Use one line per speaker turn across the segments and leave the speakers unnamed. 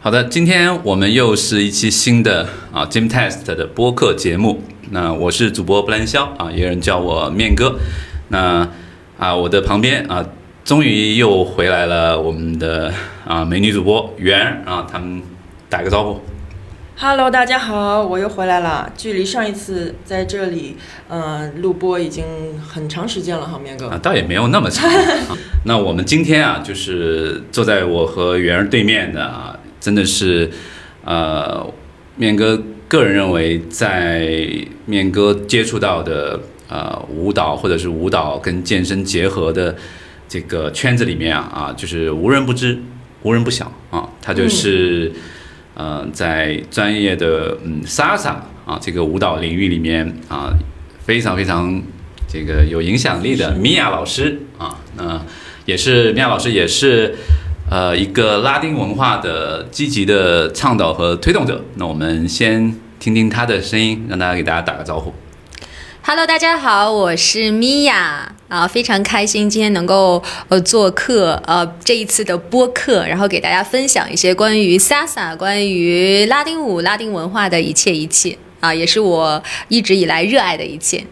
好的，今天我们又是一期新的啊 Gym Test 的播客节目。那我是主播布兰肖啊，也有人叫我面哥。那啊，我的旁边啊，终于又回来了我们的啊美女主播圆儿啊，他们打个招呼。
Hello，大家好，我又回来了。距离上一次在这里，嗯、录播已经很长时间了哈，面哥。
啊，倒也没有那么长。啊那我们今天啊，就是坐在我和圆儿对面的啊，真的是，呃，面哥个人认为，在面哥接触到的呃舞蹈或者是舞蹈跟健身结合的这个圈子里面啊，啊，就是无人不知，无人不晓啊，他就是。呃，在专业的嗯，salsa 啊这个舞蹈领域里面啊，非常非常这个有影响力的米娅老师啊，那、也是米娅老师也是呃一个拉丁文化的积极的倡导和推动者。那我们先听听她的声音，让大家给大家打个招呼。
Hello，大家好，我是米娅啊，非常开心今天能够呃做客呃这一次的播客，然后给大家分享一些关于 Salsa、关于拉丁舞、拉丁文化的一切一切啊，也是我一直以来热爱的一切。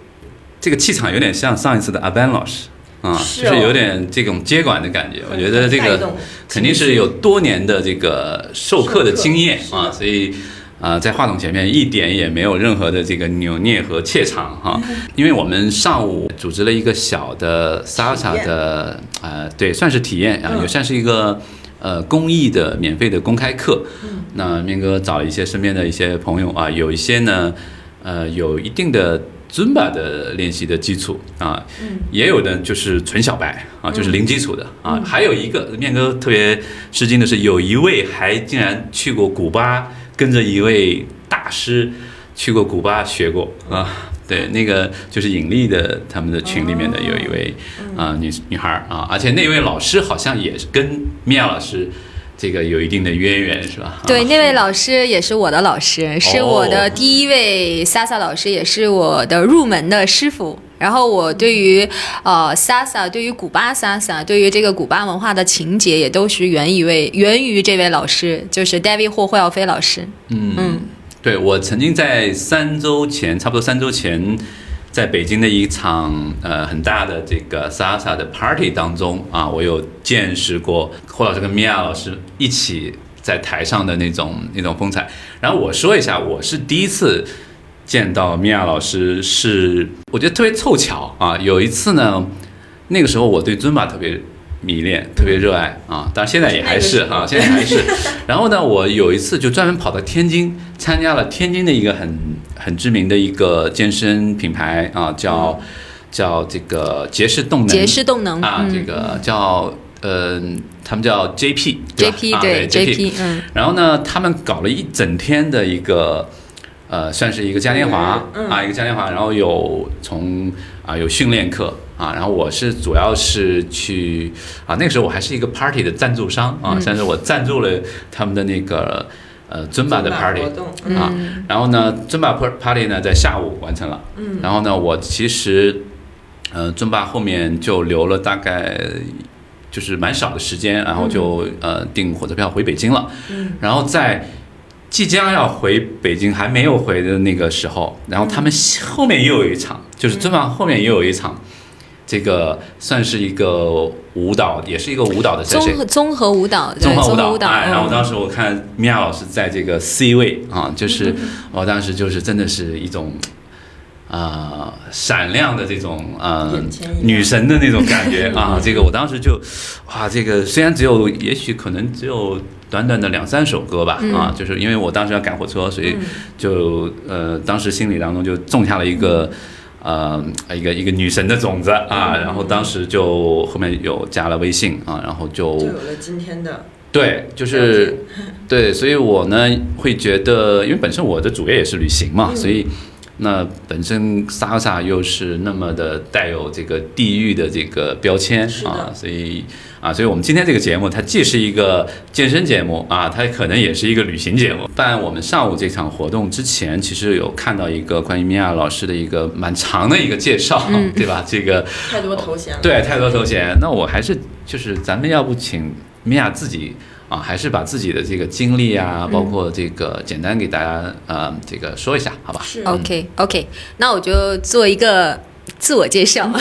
这个气场有点像上一次的阿班老师啊，
是
就
哦
是有点这种接管的感觉。我觉得这
带
个
动
肯定是有多年的这个授课的经验
授课
啊，
是
所以啊、呃在话筒前面一点也没有任何的这个扭捏和怯场哈、因为我们上午组织了一个小的 salsa 的呃，对，算是体验啊，
嗯
也算是一个。呃，公益的免费的公开课，那面哥找了一些身边的一些朋友啊，有一些呢，呃，有一定的尊巴的练习的基础啊，也有的就是纯小白啊，就是零基础的啊。还有一个面哥特别吃惊的是，有一位还竟然去过古巴，跟着一位大师去过古巴学过啊。对，那个就是引力的他们的群里面的有一位啊、女女孩儿啊，而且那位老师好像也是跟米娅老师这个有一定的渊源是吧？啊
对，那位老师也是我的老师，是我
哦
的第一位 Sasa 老师，也是我的入门的师傅。然后我对于呃 Sasa，对于古巴 Sasa，对于这个古巴文化的情节，也都是源于位源于这位老师，就是 David 霍霍耀菲老师。
嗯
嗯，
对，我曾经在三周前，差不多三周前，在北京的一场呃很大的这个 salsa 的 party 当中啊，我有见识过霍老师跟米娅老师一起在台上的那种那种风采。然后我说一下，我是第一次见到米娅老师是，我觉得特别凑巧啊。有一次呢，那个时候我对尊巴特别迷恋，特别热爱啊，当然现在也还是哈、啊，现在还是。然后呢，我有一次就专门跑到天津，参加了天津的一个很很知名的一个健身品牌啊，叫叫这个杰士动能。
嗯杰士动能，
啊，
嗯
这个叫呃，他们叫 JP 对吧
JP
啊
对
JP。
JP，嗯，
然后呢，他们搞了一整天的一个，呃，算是一个嘉年华、
嗯
啊，一个嘉年华。然后有从啊有训练课啊，然后我是主要是去啊，那个时候我还是一个 party 的赞助商啊，但是我赞助了他们的那个呃尊巴的 party
活动，嗯
啊。然后呢，尊巴 party 呢在下午完成了，嗯，然后呢，我其实呃尊巴后面就留了大概就是蛮少的时间，然后就、呃订火车票回北京了，嗯，然后在。即将要回北京还没有回的那个时候，然后他们后面又有一场，就是尊巴后面也有一场，这个算是一个舞蹈，也是一个舞蹈的
综
session
合综合舞蹈，对
中华
综
舞蹈
合舞蹈，
哎，然后
嗯
当时我看米娅老师在这个 C 位啊，就是我当时就是真的是一种。啊、闪亮的这种呃
眼前一亮
女神的那种感觉啊，这个我当时就，哇，这个虽然只有也许可能只有短短的两三首歌吧、啊，就是因为我当时要赶火车，所以就呃当时心里当中就种下了一个、呃一个一个女神的种子啊，然后当时就后面有加了微信啊，然后
就有了今天的
对，就
了
是对，所以我呢会觉得，因为本身我的主业也是旅行
嗯
嘛，所以那本身萨萨又是那么的带有这个地域的这个标签
是的
啊，所以啊，所以我们今天这个节目，它既是一个健身节目啊，它可能也是一个旅行节目。办我们上午这场活动之前，其实有看到一个关于米娅老师的一个蛮长的一个介绍，
嗯
对吧？这个
太多头衔了。
对，太多头衔。那我还是就是咱们要不请米娅自己啊，还是把自己的这个经历啊，包括这个简单给大家呃这个说一下，好吧？
是
OK OK，那我就做一个自我介绍。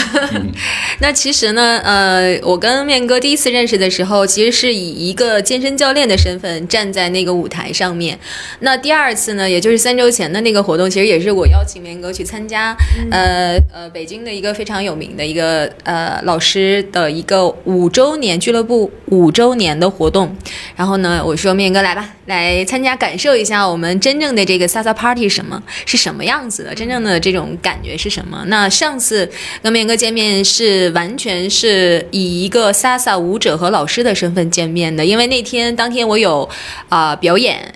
那其实呢，呃，我跟面哥第一次认识的时候，其实是以一个健身教练的身份站在那个舞台上面。那第二次呢，也就是三周前的那个活动，其实也是我邀请面哥去参加，呃呃，北京的一个非常有名的一个呃老师的一个五周年俱乐部五周年的活动。然后呢，我说面哥来吧，来参加感受一下我们真正的这个 Sasa Party 什么是什么样子的，真正的这种感觉是什么？那上次跟面哥见面是完全是以一个 Sasa 舞者和老师的身份见面的，因为那天当天我有啊、呃表演。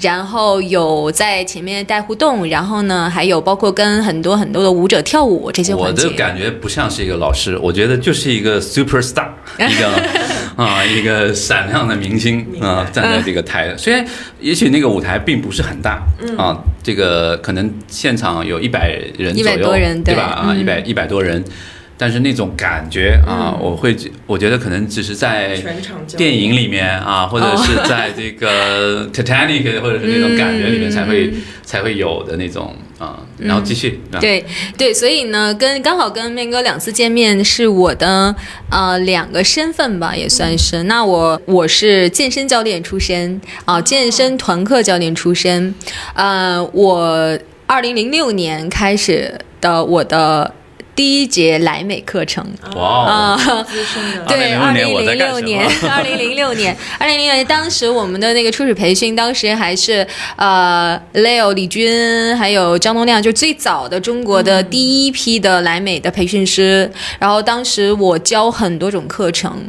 然后有在前面带互动，然后呢，还有包括跟很多很多的舞者跳舞这些
我
环节。
的感觉不像是一个老师，我觉得就是一个 super star，一个啊、一个闪亮的明星
明白
啊、站在这个
嗯
台，虽然也许那个舞台并不是很大啊、这个可能现场有一百人左右，
100多人
对
对嗯
吧？啊，一百一百多人。但是那种感觉啊，我会觉，我觉得可能只是在
全场
哎
交流
电影里面
哦
啊，或者是在这 个 Titanic 或者是那种感觉里面才
嗯
会、才会有的那种啊。然后继续，啊
对对，所以呢，跟刚好跟面哥两次见面是我的呃两个身份吧，也算是。那我我是健身教练出身啊、健身团课教练出身，呃，我二零零六年开始的我的第一节莱美课程。
哇、哦！
啊、
资深的，
对，二
2006
零零
年
六年，二零零六年， 二零零六年，当时我们的那个初始培训，当时还是呃，Leo 李军还有张东亮，就最早的中国的第一批的莱美的培训师。然后当时我教很多种课程，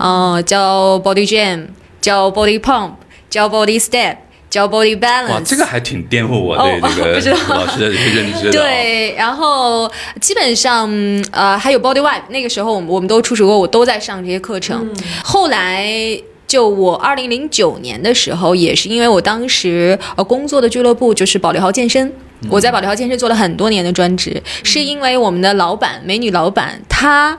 呃，教 Body Jam，教 Body Pump，教 Body Step，教 Body Balance。
哇，这个还挺颠覆我
嗯哦
对这
不知道
个老师的这个认知的、哦。，
对，然后基本上嗯呃还有 Body Vibe，那个时候我们我们都出手过，我都在上这些课程。
嗯
后来。就我二零零九年的时候，也是因为我当时呃工作的俱乐部就是保利豪健身，
嗯
我在保利豪健身做了很多年的专职，是因为我们的老板美女老板她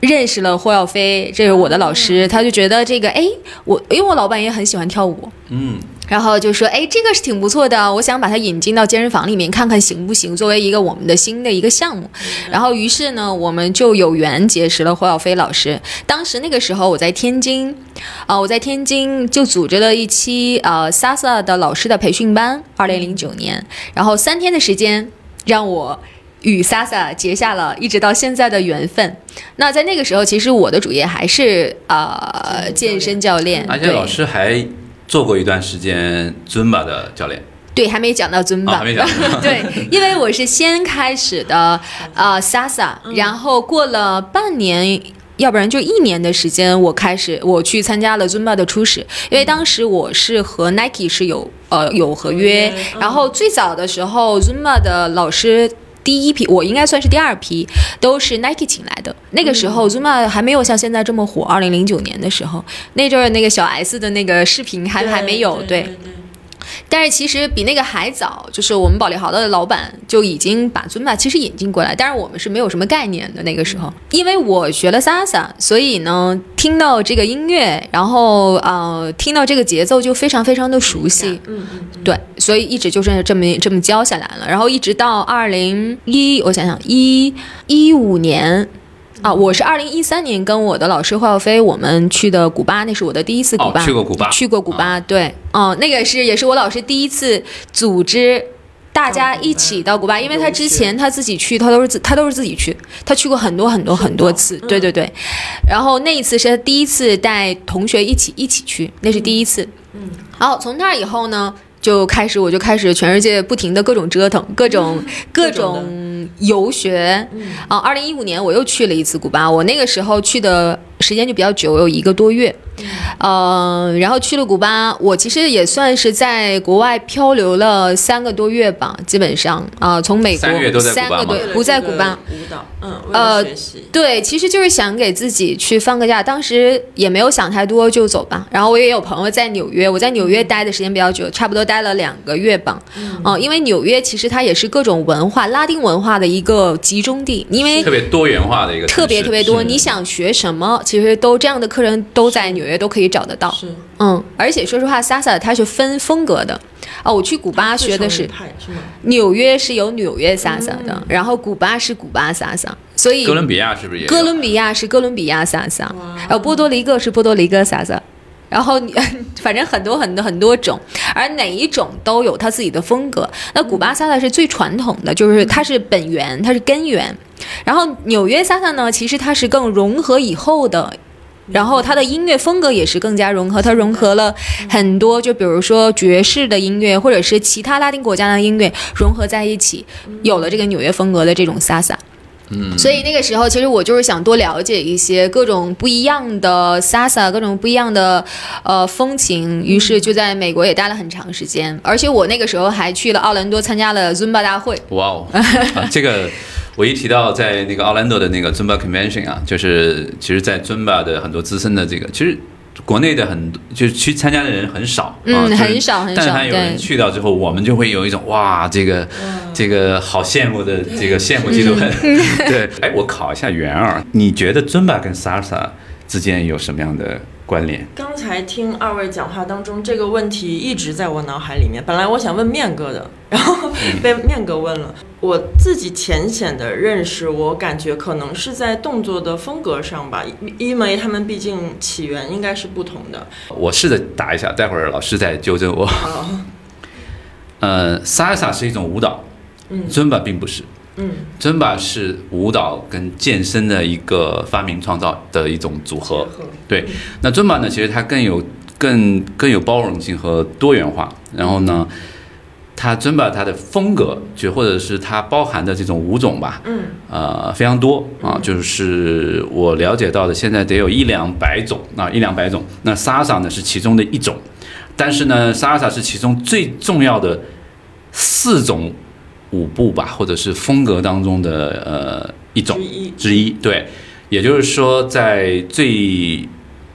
认识了霍耀飞，这是我的老师，
哦
她就觉得这个哎我因为我老板也很喜欢跳舞，
嗯，
然后就说，哎，这个是挺不错的，我想把它引进到健身房里面看看行不行，作为一个我们的新的一个项目。然后于是呢，我们就有缘结识了霍小飞老师。当时那个时候我在天津，啊、我在天津就组织了一期呃 Sasa 的老师的培训班，二零零九年，然后三天的时间让我。与 Sasa 结下了一直到现在的缘分。那在那个时候，其实我的主业还是呃
健
健身
身
教练，
而且
对
老师还做过一段时间尊巴的教练
对还没讲到尊
啊，
巴
还，没讲。
对，因为我是先开始的呃 Sasa，然
嗯
后过了半年。要不然就一年的时间，我开始我去参加了 Zumba 的初始，因为当时我是和 Nike 是有呃有合约
合约，嗯
然后最早的时候 Zumba 的老师第一批，我应该算是第二批，都是 Nike 请来的。那个时候
嗯
Zumba 还没有像现在这么火，二零零九年的时候，那阵儿那个小 S 的那个视频还还没有，
对
对，但是其实比那个还早，就是我们保利豪的老板就已经把尊巴其实引进过来，但是我们是没有什么概念的那个时
嗯
候，因为我学了萨萨，所以呢听到这个音乐，然后呃听到这个节奏就非常非常的熟悉，
嗯嗯嗯，
对，所以一直就是这么这么教下来了，然后一直到二零一，我想想一一五年。啊，我是二零一三年跟我的老师霍耀飞，我们去的古巴，那是我的第一次 古
哦
巴。，
去过古
啊
巴，
去过古巴，对，哦、那个是也是我老师第一次组织大家一起到
嗯
古巴，因为他之前他自己去，他都是自他都是自己去，他去过很多很多很多次，对对对。然后那一次是他第一次带同学一起一起去，那是第一次。
嗯，
好，从那以后呢。就开始，我就开始全世界不停的各种折腾，各种各
嗯各种的
种游学，
嗯
啊，二零一五年我又去了一次古巴，我那个时候去的时间就比较久，有一个多月。呃，然后去了古巴，我其实也算是在国外漂流了三个多月吧，基本上啊、从美国
三个月都在古巴
三个多
吗
月不在古巴。，
舞蹈，嗯，为
呃
了学习，
对，其实就是想给自己去放个假，当时也没有想太多，就走吧。然后我也有朋友在纽约，我在纽约待的时间比较久，差不多待了两个月吧。嗯、因为纽约其实它也是各种文化、拉丁文化的一个集中地，因为
特别多元化的一个城市，
特别特别多。
是
你想学什么？其实都这样的客人都在纽约都可以找得到。
是
嗯，而且说实话，Sasa 它是分风格的啊。我去古巴学的是
自成一派是吗？
纽约是有纽约 Sasa
嗯
的，然后古巴是古巴 Sasa，所以
哥伦比亚是不是也有？
哥伦比亚是哥伦比亚 Sasa，
哇
然后波多黎各是波多黎各 Sasa，然后你 反正很多很多很多种，而哪一种都有它自己的风格。那古巴 Sasa 是最传统的，就是它是本源，它是根源。然后纽约 Sasa 呢，其实它是更融合以后的。然后它的音乐风格也是更加融合，它融合了很多，就比如说爵士的音乐，或者是其他拉丁国家的音乐融合在一起，有了这个纽约风格的这种 Sasa。所
嗯
以那个时候，其实我就是想多了解一些各种不一样的呃 Sasa，各种不一样的呃风情。于是就在美国也待了很长时间，而且我那个时候还去了奥兰多参加了 Zumba 大会。
哇哦，啊这个我一提到在那个奥兰多的那个 Zumba Convention 啊，就是其实，在 Zumba 的很多资深的这个，其实国内的很就是去参加的人很少，啊
嗯，
就是
很少很
但
少，
凡有人
对。
去到之后，我们就会有一种哇，这个
嗯
这个好羡慕的这个羡慕嫉妒恨。 对，哎，我考一下圆儿，你觉得尊巴跟 salsa 之间有什么样的关联？
刚才听二位讲话当中，这个问题一直在我脑海里面。本来我想问面哥的，然后
嗯
被面哥问了。我自己浅显的认识，我感觉可能是在动作的风格上吧，因因为他们毕竟起源应该是不同的。
我试着打一下，待会儿老师再纠正我。
哦，
呃，salsa 是一种舞蹈，
嗯
尊巴并不是。
嗯，
尊巴是舞蹈跟健身的一个发明创造的一种组合。对，那尊巴呢，其实它更有更更有包容性和多元化。然后呢，它尊巴它的风格，就或者是它包含的这种舞种吧，
嗯，
呃，非常多啊，就是我了解到的，现在得有一两百种啊，一两百种。那 salsa 呢是其中的一种，但是呢，salsa 是其中最重要的四种舞步吧，或者是风格当中的呃一种
之。一，
之一。对，也就是说，在最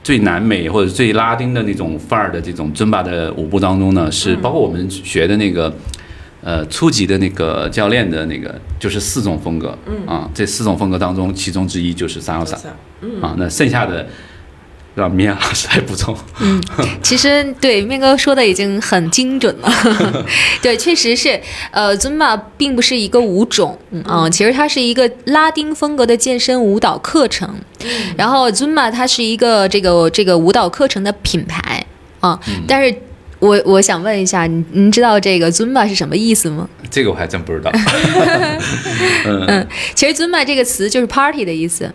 最南美或者最拉丁的那种范儿的这种尊巴的舞步当中呢，
嗯
是包括我们学的那个。呃，初级的那个教练的那个就是四种风格，
嗯
啊，这四种风格当中，其中之一就是萨尔萨
嗯，
啊。那剩下的让米娅老师来补充。
其实对面哥说的已经很精准了，对，确实是。呃，Zumba 并不是一个舞种，嗯、啊其实它是一个拉丁风格的健身舞蹈课程。然后 Zumba 它是一个这个这个舞蹈课程的品牌啊、但是我我想问一下，您您知道这个 Zumba 是什么意思吗？
这个我还真不知道。嗯
嗯，其实 Zumba 这个词就是 party 的意思，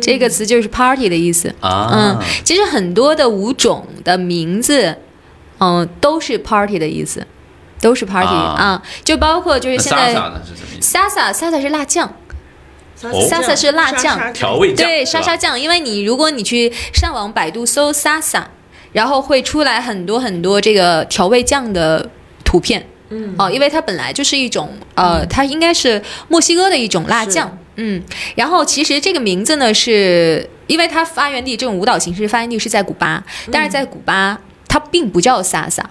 这个词就是 party 的意思。
啊
嗯，，其实很多的舞种的名字，嗯，都是 party 的意思，都是 party
啊
啊、就包括就是
那
现
萨
在
萨呢是什么意思？
salsa salsa 是辣酱，
哦
，salsa 是辣酱
调味酱
对
是吧
沙沙酱，因为你如果你去上网百度搜 salsa，然后会出来很多很多这个调味酱的图片。
嗯，
哦，因为它本来就是一种呃，它应该是墨西哥的一种辣酱，嗯，然后其实这个名字呢，是因为它发源地这种舞蹈形式发源地是在古巴，但是在古巴它并不叫 salsa。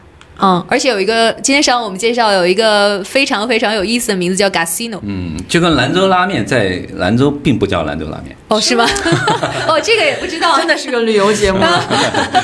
嗯，而且有一个，今天上午我们介绍有一个非常非常有意思的名字叫 Casino，
嗯，就跟兰州拉面在兰州并不叫兰州拉面，
哦，是吗？哦，这个也不知道，
真的是个旅游节目。
嗯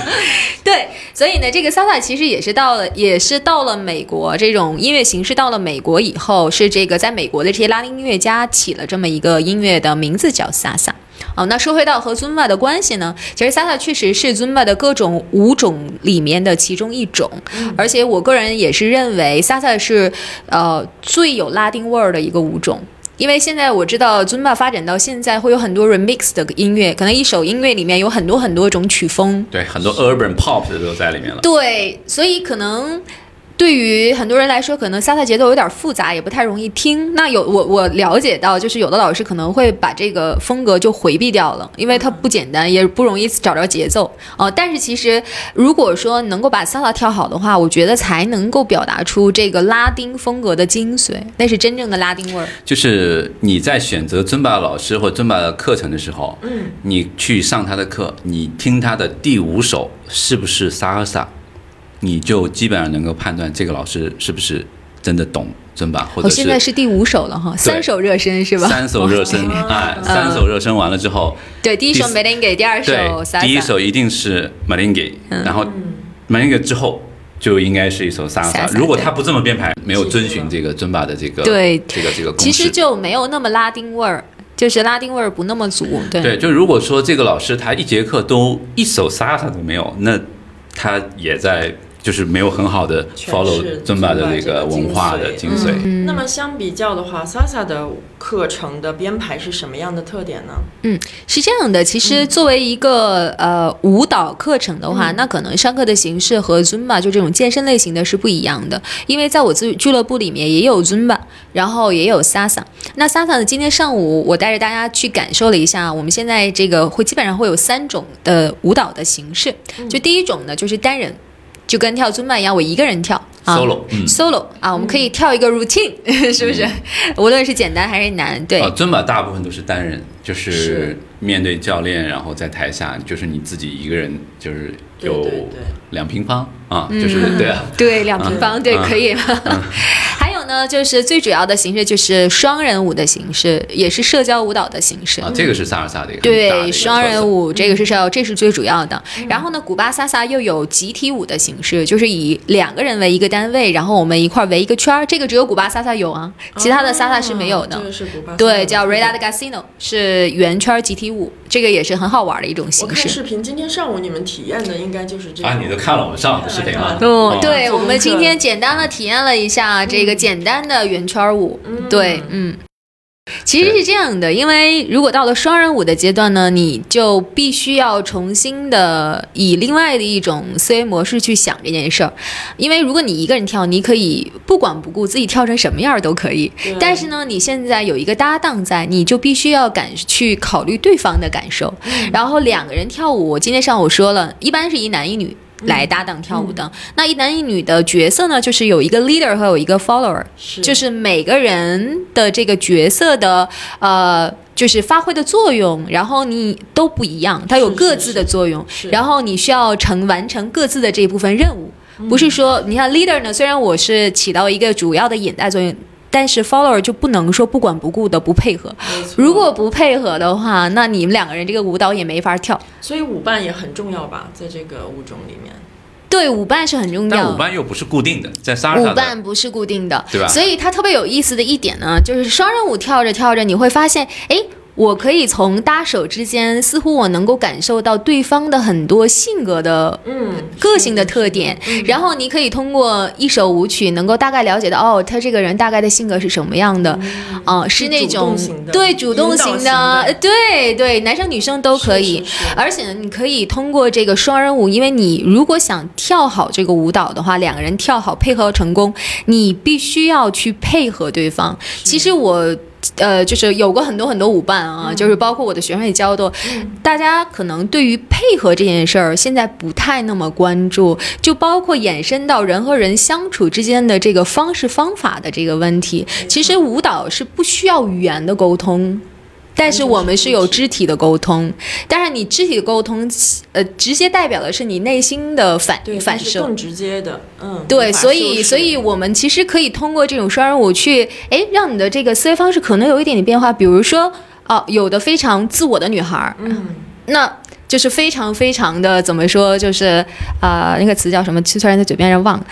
对，所以呢，这个 salsa 其实也是到了，也是到了美国这种音乐形式到了美国以后，是这个在美国的这些拉丁音乐家起了这么一个音乐的名字叫 salsa。哦，那说回到和 Zumba 的关系呢，其实 salsa 确实是 Zumba 的各种舞种里面的其中一种，而且我个人也是认为 salsa 是呃最有拉丁味儿的一个舞种。因为现在我知道 Zumba 发展到现在会有很多 remix 的音乐，可能一首音乐里面有很多很多种曲风，
对，很多 urban pop 的都在里面了。
对，所以可能。对于很多人来说，可能萨萨节奏有点复杂，也不太容易听。那有我我了解到，就是有的老师可能会把这个风格就回避掉了，因为它不简单，也不容易找着节奏哦、但是其实如果说能够把萨萨跳好的话，我觉得才能够表达出这个拉丁风格的精髓，那是真正的拉丁味儿。
就是你在选择尊巴老师或尊巴的课程的时候，
嗯，
你去上他的课，你听他的第五首是不是萨尔萨，你就基本上能够判断这个老师是不是真的懂尊巴，或
我
者
哦现在
是
是第五首了哈，三首热身是吧？嗯
三首热身，哎，三首热身完了之后，
对，第一首
第
m e l e n g e 第二首
对
s a，
第一首一定是 Malinge，然
嗯
后 Malinge 之后。就应该是一首 salsa，
Salsa，
如果他
对
不这么编排，没有遵循
是
这个尊巴的这个
对
这个这个公
其
式，
实就没有那么拉丁味儿，就是拉丁味儿不那么足。对，
对，就如果说这个老师他一节课都一首沙沙都没有，那他也在就是没有很好的
诠释
follow 尊巴的这个文化的精
精
髓。
嗯
那么相比较的话，Sasa 的课程的编排是什么样的特点呢？
是这样的，其实作为一个、呃舞蹈课程的话，那可能上课的形式和 Zumba 就这种健身类型的是不一样的，因为在我自俱乐部里面也有 Zumba，然后也有 Salsa。那 Salsa 呢，今天上午我带着大家去感受了一下，我们现在这个会基本上会有三种的舞蹈的形式，就第一种呢就是单人。就跟跳 Zumba 一样，我一个人跳啊
Solo，嗯
solo 啊，我们可以跳一个 routine，是 不是？
嗯
无论是简单还是难，对，
啊，尊巴大部分都是单人，就是
是
面对教练，然后在台下就是你自己一个人，就是
对
有
对对
两平方啊，就是对啊，
对，两平方，对，
嗯
可以吗？ 还有呢，就是最主要的形式就是双人舞的形式，也是社交舞蹈的形式。
啊，这个是萨尔萨的一个很大的一
对，
个
双
特色嗯
人舞这个是要，这是最主要的。然后呢，古巴萨萨又有集体舞的形式，就是以两个人为一个单位，然后我们一块儿围一个圈儿。这个只有古巴萨萨有啊，
哦
其他的萨萨是没有的。
啊这个是古巴萨萨的
对，叫 r e d a
特
de
点
Casino，是圆圈集体舞，这个也是很好玩的一种
我
哦
形
看
式。嗯
视频，今天上午你们体验的应该就是这个。
啊，你都看了我们上午的视频了，
哦，
啊
对，
做
我
功
们今
课
天简单的体验了一下这
嗯
个简单的圆圈舞，
嗯
对，嗯。其实是这样的，因为如果到了双人舞的阶段呢，你就必须要重新的以另外的一种思维模式去想这件事儿，因为如果你一个人跳，你可以不管不顾自己跳成什么样儿都可以，
对
但是呢，你现在有一个搭档在，你就必须要敢去考虑对方的感受。然后两个人跳舞，我今天上午说了，一般是一男一女。来搭档跳舞的、那一男一女的角色呢，就是有一个 leader 和有一个 follower，
是
就是每个人的这个角色的呃，就是发挥的作用，然后你都不一样，它有
是
各
是
自
是
的作用，
是
然后你需要成完成各自的这一部分任务，不是说你看 leader 呢，虽然我是起到一个主要的引带作用，但是 follower 就不能说不管不顾的不配合。
没错
如果不配合的话，那你们两个人这个舞蹈也没法跳。
所以舞伴也很重要吧，在这个舞种里面。
对，舞伴是很重
但
要
舞。伴又不是固定的，在萨尔
舞
萨的
伴不是固定的，
对吧
所以它特别有意思的一点呢，就是双人舞跳着跳着，你会发现，哎，我可以从搭手之间，似乎我能够感受到对方的很多性格的
嗯，
个性的特点，然后你可以通过一首舞曲，能够大概了解到哦，他这个人大概的性格是什么样的，
嗯
啊、是那种
是主动型的
对主动型
引导型的
对对，男生女生都可以，
是是是
而且呢，你可以通过这个双人舞，因为你如果想跳好这个舞蹈的话，两个人跳好配合成功，你必须要去配合对方。其实我。呃，就是有过很多很多舞伴啊，就是包括我的学生也教的，大家可能对于配合这件事儿现在不太那么关注，就包括衍生到人和人相处之间的这个方式方法的这个问题。其实舞蹈是不需要语言的沟通。但是我们是有肢体的沟通，当然你肢体的沟通，呃，直接代表的是你内心的反
对，
反
它是
射，
更直接的，嗯，
对，
无法
所以
修饰
所以我们其实可以通过这种双人舞去，哎，让你的这个思维方式可能有一点点变化。比如说，哦、有的非常自我的女孩儿，
嗯，
那就是非常非常的怎么说，就是啊、那个词叫什么？突然在嘴边上忘了。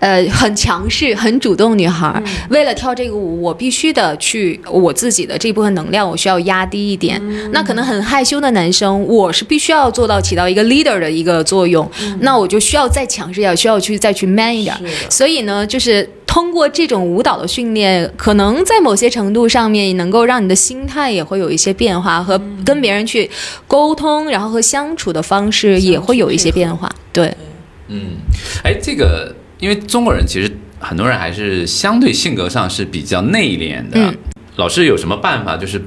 呃，很强势、很主动女孩儿，为了跳这个舞，我必须得去我自己的这部分能量，我需要压低一点。那可能很害羞的男生，我是必须要做到起到一个 leader 的一个作用，那我就需要再强势一点，需要去再去 man 一点。
是的
所以呢，就是通过这种舞蹈的训练，可能在某些程度上面能够让你的心态也会有一些变化，和
嗯
跟别人去沟通，然后和相处的方式也会有一些变化。对，
嗯，哎，这个因为中国人其实很多人还是相对性格上是比较内敛的。啊
嗯
老师有什么办法，就是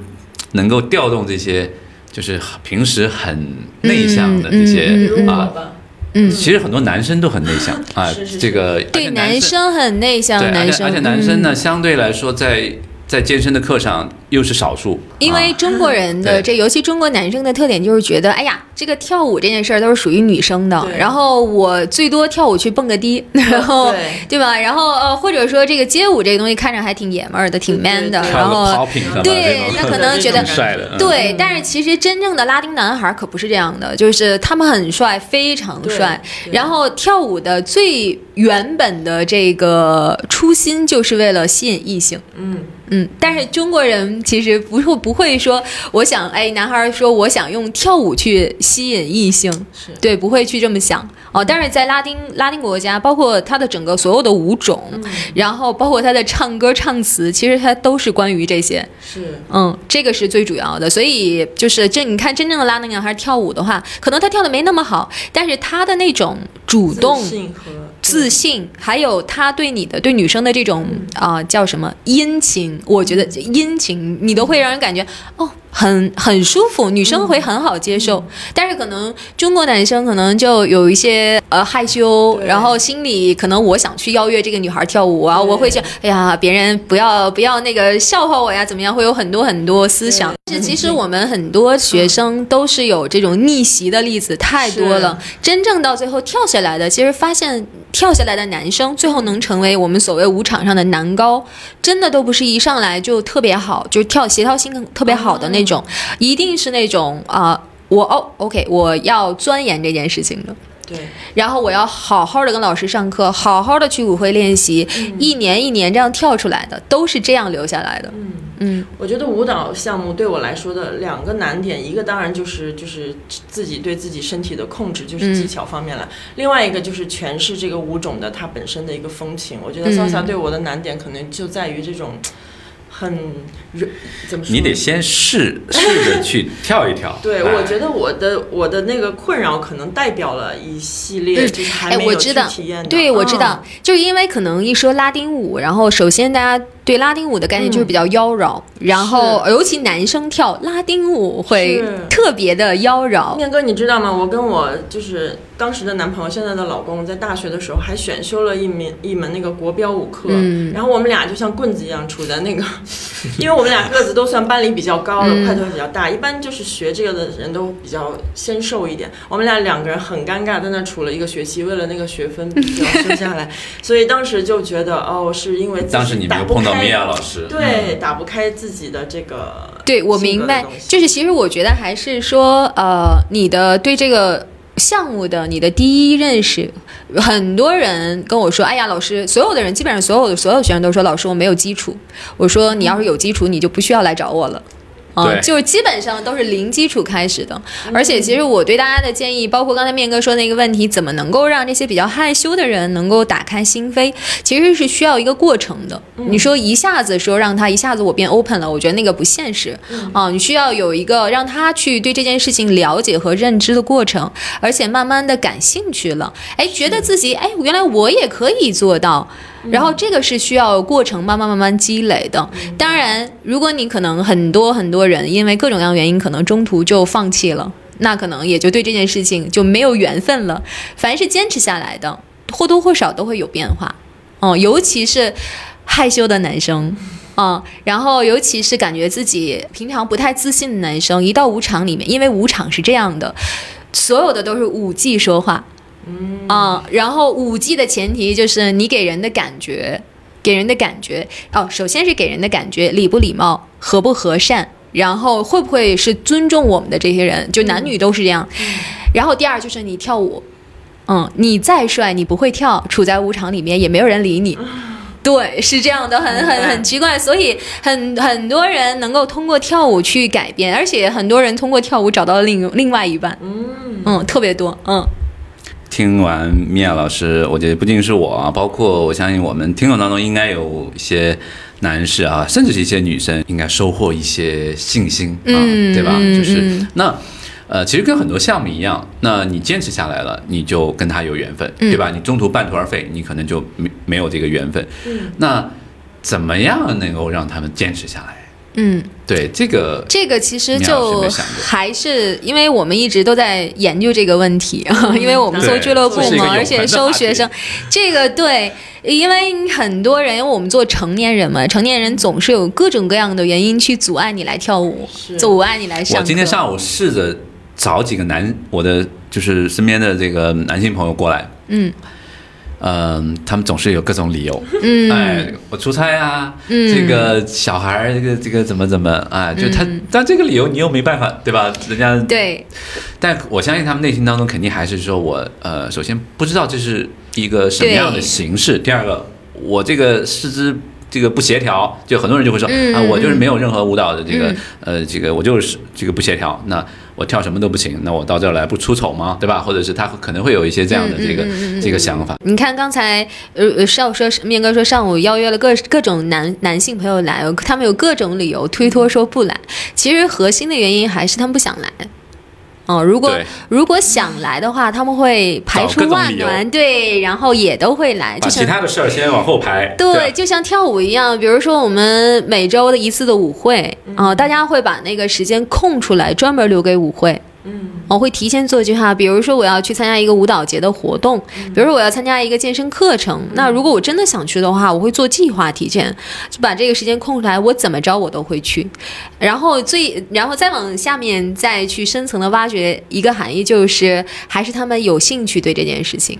能够调动这些，就是平时很内向的这些、
嗯嗯
如果
啊？
吧，
嗯，
其实很多男生都很内向啊，
是是是
这个而
对，
且
男
生
生很内向
对，，而
男
且
生
而且男生
嗯
呢，相对来说在在健身的课上又是少数，
因为
啊
中国人
对
的这，尤其中国男生的特点就是觉得，哎呀，这个跳舞这件事儿都是属于女生的
对。
然后我最多跳舞去蹦个迪， 然后
对
对吧？然后呃，或者说这个街舞这个东西看着还挺爷们儿的，挺
对
man 的。
对
然
跳个
后
popping 什么
对
这种
那可能觉得
挺帅的，嗯
对，但是其实真正的拉丁男孩可不是这样的，就是他们很帅，非常
对
帅。
对
然后跳舞的最原本的这个初心就是为了吸引异性。
嗯，
嗯，但是中国人其实不会不会说，我想哎，男孩儿说我想用跳舞去吸引异性，
是
对，不会去这么想哦。但是在拉丁拉丁国家，包括他的整个所有的舞种，
嗯
然后包括他的唱歌唱词，其实他都是关于这些，
是
嗯，这个是最主要的。所以就是这，你看真正的拉丁男孩儿跳舞的话，可能他跳的没那么好，但是他的那种主动。
自信和
自信，还有他对你的对女生的这种
嗯
啊、叫什么殷勤，我觉得殷勤你都会让人感觉哦很很舒服，女生
嗯
会很好接受。但是可能中国男生可能就有一些呃害羞，
对
然后心里可能我想去邀约这个女孩跳舞啊，
对
我会想哎呀别人不要不要那个笑话我呀怎么样，会有很多很多思想。
对嗯
但是其实我们很多学生都是有这种逆袭的例子太多了。真正到最后跳下来的，其实发现跳下来的男生最后能成为我们所谓舞场上的男高，真的都不是一上来就特别好，就是跳协调性特别好的那种，一定是那种啊、我哦，OK，我要钻研这件事情的。
对
然后我要好好的跟老师上课，好好的去舞会练习，一年一年这样跳出来的，都是这样留下来的。嗯嗯，
我觉得舞蹈项目对我来说的两个难点，一个当然就是就是自己对自己身体的控制，就是
嗯
技巧方面了；另外一个就是诠释这个舞种的它本身的一个风情。我觉得
嗯
salsa 对我的难点可能就在于这种很柔怎么说？
你得先试试着去跳一跳。
对，
哎
我觉得我的我的那个困扰可能代表了一系列，
嗯
就是还
哎，
没
我
有
知
去
道
体验的。，
对，我知
嗯
道，就是因为可能一说拉丁舞，然后首先大家对拉丁舞的概念
嗯
就是比较妖娆，然后尤其男生跳拉丁舞会
是
特别的妖娆。
面哥，你知道吗？我跟我就是当时的男朋友，现在的老公，在大学的时候还选修了一门一门那个国标舞课，
嗯
然后我们俩就像棍子一样杵在那个， 因为我们俩个子都算班里比较高的，
嗯
块头也比较大，一般就是学这个的人都比较纤瘦一点。我们俩两个人很尴尬，在那杵了一个学期，为了那个学分比 较生下来，所以当时就觉得哦，是因为自己
当时你没
打
有
不
碰到嗯
开
米娅老师，
对，打不开自己的这个
对，我
性格
明
的
白
东，西
就是其实我觉得还是说，呃，你的对这个项目的你的第一认识，很多人跟我说，哎呀，老师，所有的人基本上所有的所有学生都说，老师我没有基础。我说你要是有基础，你就不需要来找我了。啊，
对
就是基本上都是零基础开始的，而且其实我对大家的建议，包括刚才面哥说那个问题，怎么能够让这些比较害羞的人能够打开心扉，其实是需要一个过程的。你说一下子说让他一下子我变 open 了，我觉得那个不现实啊，你需要有一个让他去对这件事情了解和认知的过程，而且慢慢的感兴趣了，哎，觉得自己哎，原来我也可以做到。然后这个是需要过程慢慢慢慢积累的。当然，如果你可能很多很多人因为各种各样的原因，可能中途就放弃了，那可能也就对这件事情就没有缘分了。凡是坚持下来的，或多或少都会有变化。哦、尤其是害羞的男生。啊、然后尤其是感觉自己平常不太自信的男生，一到舞场里面，因为舞场是这样的，所有的都是舞技说话，嗯啊、然后舞技的前提就是你给人的感觉，给人的感觉哦，首先是给人的感觉礼不礼貌，和不和善，然后会不会是尊重我们的这些人，就男女都是这样。然后第二就是你跳舞，嗯，你再帅你不会跳，处在舞场里面也没有人理你。对，是这样的，很很很奇怪，所以很很多人能够通过跳舞去改变，而且很多人通过跳舞找到了另另外一半，嗯特别多，嗯
听完米娅老师，我觉得不仅是我啊，包括我相信我们听众当中应该有一些男士啊，甚至是一些女生，应该收获一些信心啊，
嗯
对吧？
嗯
就是、
嗯
那。呃，其实跟很多项目一样，那你坚持下来了，你就跟他有缘分，
嗯
对吧？你中途半途而废，你可能就没没有这个缘分。
嗯
那怎么样能够让他们坚持下来？
嗯，
对这个
这个其实
你要是
就
没想过
还是因为我们一直都在研究这个问题，啊 因为我
嗯
们
对
做俱乐部
这是一个
嘛，
永
而且
恒的
收
话
学
题
生，这个对，因为很多人，因为我们做成年人嘛，成年人总是有各种各样的原因去阻碍你来跳舞
是，
阻碍你来上课。
我今天上午试着找几个男，我的就是身边的这个男性朋友过来，
嗯
嗯，他们总是有各种理由，
嗯、
哎，我出差啊，
嗯
这个小孩儿，这个这个怎么怎么，哎，就他，
嗯
但这个理由你又没办法，对吧？人家，
对，
但我相信他们内心当中肯定还是说我，呃，首先不知道这是一个什么样的
对
形式，第二个，我这个四肢。这个不协调，就很多人就会说、
嗯
啊，
嗯
我就是没有任何舞蹈的这个、
嗯
呃，这个我就是这个不协调，那我跳什么都不行，那我到这儿来不出丑吗？对吧？或者是他可能会有一些这样的这个、
嗯嗯嗯嗯
这个想法，
你看刚才呃呃少说面哥说上午邀约了各各种男男性朋友来，有他们有各种理由推脱说不来，其实核心的原因还是他们不想来。哦，如果
对
如果想来的话，他们会排
找各
除
种
万
理由
难，对，然后也都会
把
来，哎就
其
像
他的事儿先往后排。
对，就像跳舞一样，比如说我们每周的一次的舞会啊、大家会把那个时间空出来，专门留给舞会。
嗯，
我会提前做计划，比如说我要去参加一个舞蹈节的活动，比如说我要参加一个健身课程。那如果我真的想去的话，我会做计划，提前就把这个时间空出来，我怎么着我都会去。然后最，然后再往下面再去深层的挖掘一个含义，就是还是他们有兴趣对这件事情。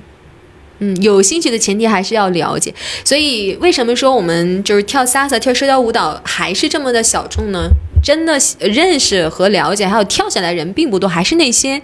嗯，有兴趣的前提还是要了解，所以为什么说我们就是跳 salsa、跳社交舞蹈还是这么的小众呢？真的喜认识和了解，还有跳下来人并不多，还是那些，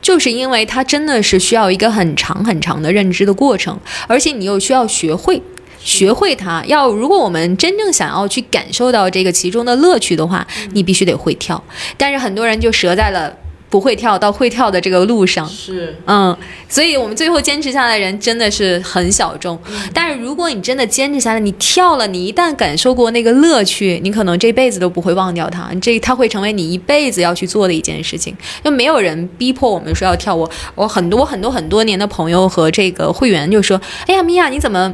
就是因为它真的是需要一个很长很长的认知的过程，而且你又需要学会。学会它，要如果我们真正想要去感受到这个其中的乐趣的话，你必须得会跳。但是很多人就折在了不会跳到会跳的这个路上，
是
嗯，所以我们最后坚持下来的人真的是很小众。但是如果你真的坚持下来，你跳了，你一旦感受过那个乐趣，你可能这辈子都不会忘掉它。你这它会成为你一辈子要去做的一件事情。就没有人逼迫我们说要跳。我我很多很多很多年的朋友和这个会员就说：“哎呀，米娅，你怎么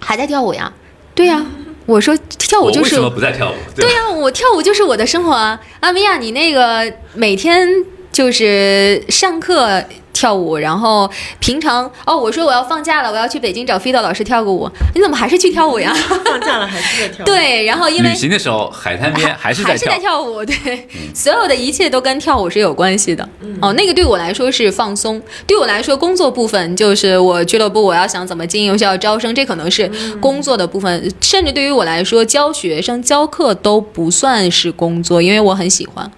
还在跳舞呀？”对呀、我说跳舞
我
就
为
是
什么不再跳舞？对
对啊
吧
呀、我跳舞就是我的生活啊！阿米亚，你那个每天就是上课跳舞，然后平常哦，我说我要放假了，我要去北京找飞 i 老师跳个舞，你怎么还是去跳舞呀？
放假了还是在跳舞，
对，然后因为
旅行的时候，海滩边还是在
还是
跳
在。跳舞，对，所有的一切都跟跳舞是有关系的。哦，那个对我来说是放松，对我来说工作部分就是我俱乐部我要想怎么经营，我要招生，这可能是工作的部分，甚至对于我来说教学生教课都不算是工作，因为我很喜欢。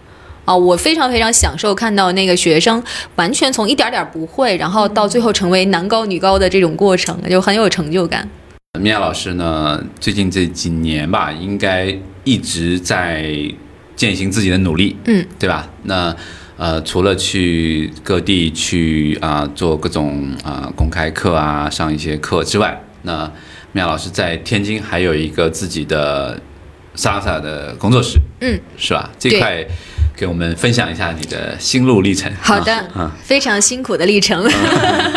啊，我非常非常享受看到那个学生完全从一点点不会，然后到最后成为男高女高的这种过程，就很有成就感。
米娅老师呢，最近这几年吧，应该一直在践行自己的努力，
嗯，
对吧？那呃，除了去各地去啊、做各种啊、公开课啊，上一些课之外，那米娅老师在天津还有一个自己的 salsa 的工作室，
嗯，
是吧？这
对
块给我们分享一下你的心路历程。
好的，
啊啊
非常辛苦的历程。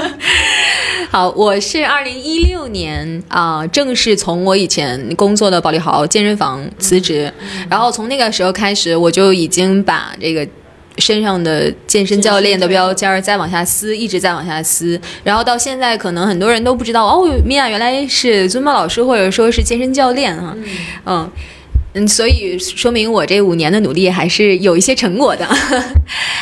好，我是二零一六年啊、正式从我以前工作的保利豪健身房辞职，然后呃从那个时候开始，我就已经把这个。身上的健身教练的标签儿再往下撕，一直在往下撕，然后到现在可能很多人都不知道哦，米娅原来是尊巴老师或者说是健身教练哈、嗯嗯，所以说明我这五年的努力还是有一些成果的。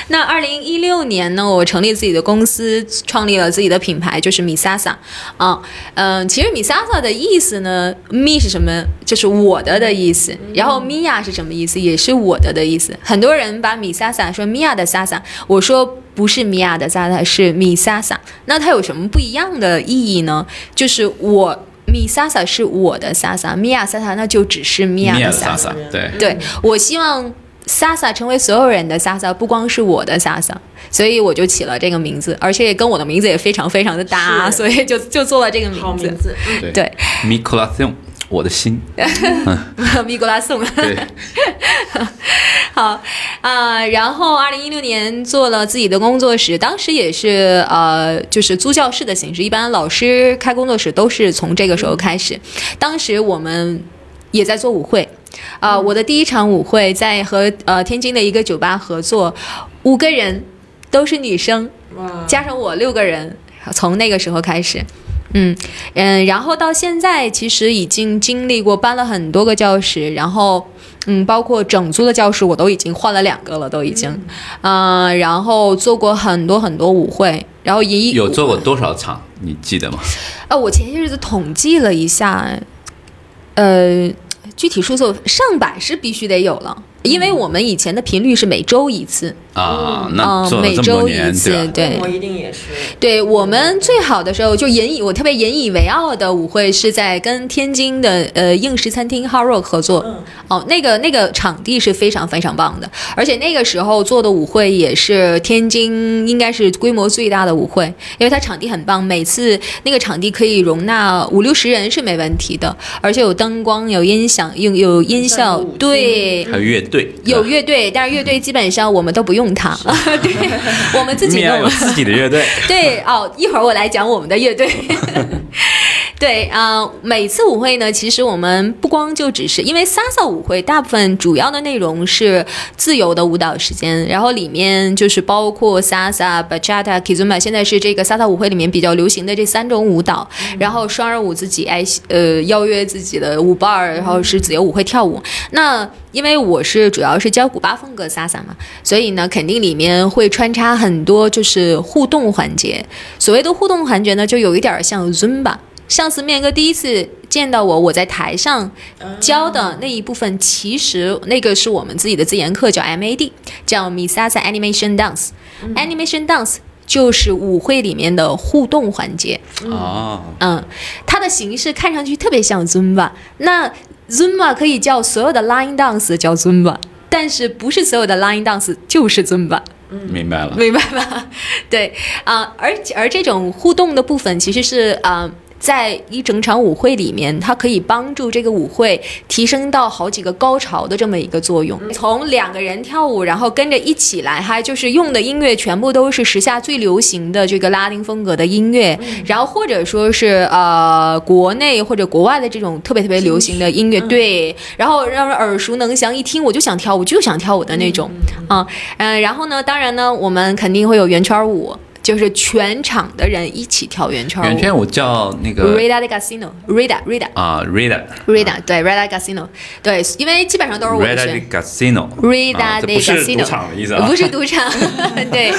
那二零一六年呢，我成立自己的公司，创立了自己的品牌，就是米萨萨啊。嗯、其实米萨萨的意思呢，米是什么？就是我的的意思。然后米娅是什么意思？也是我的的意思。很多人把米萨萨说米娅的萨萨，我说。不是米娅的萨萨，是米萨萨。那它有什么不一样的意义呢？就是我米萨萨是我的萨萨，米娅萨萨那就只是米
米
娅
娅
的
的
萨萨。
salsa，对，
对我希望 Sasa 成为所有人的 Sasa，不光是我的 Sasa，所以我就起了这个名字，而且跟我的名字也非常非常的搭，
是
所以就就做了这个
好
名
名
字。
字，嗯
对
对
m i c o l a s i o n 我的心，
米古拉啊颂。
对。
好啊、然后二零一六年做了自己的工作室，当时也是呃，就是租教室的形式，一般老师开工作室都是从这个时候开始。当时我们也在做舞会，啊、我的第一场舞会在和呃天津的一个酒吧合作，五个人都是女生，
嗯哇，
加上我六个人，从那个时候开始。嗯嗯，然后到现在其实已经经历过搬了很多个教室，然后嗯，包括整租的教室我都已经换了两个了，都已经，嗯、然后做过很多很多舞会，然后一
有做过多少场？你记得吗？
呃，我前些日子统计了一下，呃，具体数字上百是必须得有了，
嗯
因为我们以前的频率是每周一次，
啊，那
嗯、
做了
每
这么多
周一
年，
次
对，吧？
对
我一定也是，
对我们最好的时候，就引以我特别引以为傲的舞会是在跟天津的呃应食餐厅 Hard Rock 合作。
嗯
哦，那个那个场地是非常非常棒的，而且那个时候做的舞会也是天津应该是规模最大的舞会，因为它场地很棒，每次那个场地可以容纳五六十人是没问题的，而且有灯光、有音响、有有音效
有舞，
对
厅。
还有乐队，
有乐队，但是乐队基本上我们都不用 它，对我们自己
米娅
弄
有。自己的乐 队，
对哦，一会儿我来讲我们的乐队。对啊、呃每次舞会呢，其实我们不光就只是因为萨萨舞会，大部分主要的内容是自由的舞蹈时间，然后里面就是包括萨萨、bachata、kizomba，现在是这个萨萨舞会里面比较流行的这三种舞蹈，然后双人舞自己爱呃邀约自己的舞伴儿，然后是自由舞会跳舞。那因为我是主要是教古巴风格萨萨嘛，所以呢，肯定里面会穿插很多就是互动环节。所谓的互动环节呢，就有一点儿像 Zumba。上次面哥第一次见到我，我在台上教的那一部分，其实那个是我们自己的自研课，叫 MAD，叫 Misasa Animation Dance。Animation Dance 就是舞会里面的互动环节。
哦，
嗯，它的形式看上去特别像 Zumba。那 Zumba 可以叫所有的 line dance 叫 Zumba，但是不是所有的 line dance 就是 Zumba，
明白了，
明白吧？ 对啊、而且而这种互动的部分其实是啊。呃在一整场舞会里面，它可以帮助这个舞会提升到好几个高潮的这么一个作用。从两个人跳舞，然后跟着一起来嗨，就是用的音乐全部都是时下最流行的这个拉丁风格的音乐，然后或者说是呃国内或者国外的这种特别特别流行的音乐，对，然后让人耳熟能详，一听我就想跳舞，就想跳舞的那种啊，嗯，然后呢，当然呢，我们肯定会有圆圈舞。就是全场的人一起跳圆圈舞，
圆圈舞叫那个
Rida de Casino，Rida Rida
啊，Rida
Rida，对 Rida Casino，对，因为基本上都是哦我
Rida
选。
de Casino。啊
Rida
这
de
不是
Casino，、
赌场的意思啊
不是 赌场，对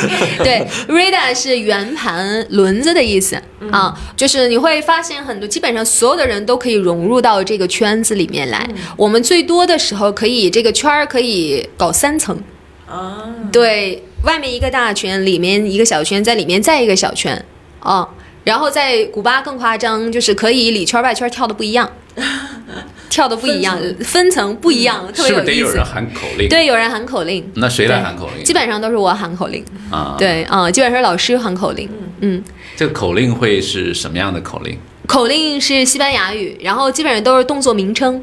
对，Rida 是圆盘轮子的意思、
嗯
啊，就是你会发现很多，基本上所有的人都可以融入到这个圈子里面来。
嗯
我们最多的时候可以这个圈儿可以搞三层，
啊，
对，外面一个大圈，里面一个小圈，在里面再一个小圈，啊，然后在古巴更夸张，就是可以里圈外圈跳的不一样，跳的不一样，分层不一样，特
是不是得
别意
有
思
人。喊口令？，
对，有人喊口令，
那谁来喊口令
基？本上都是我喊口令。
啊，，
对，啊、基本上是老师喊口令。嗯，
这个口令会是什么样的口令？
口令是西班牙语，然后基本上都是动作名称。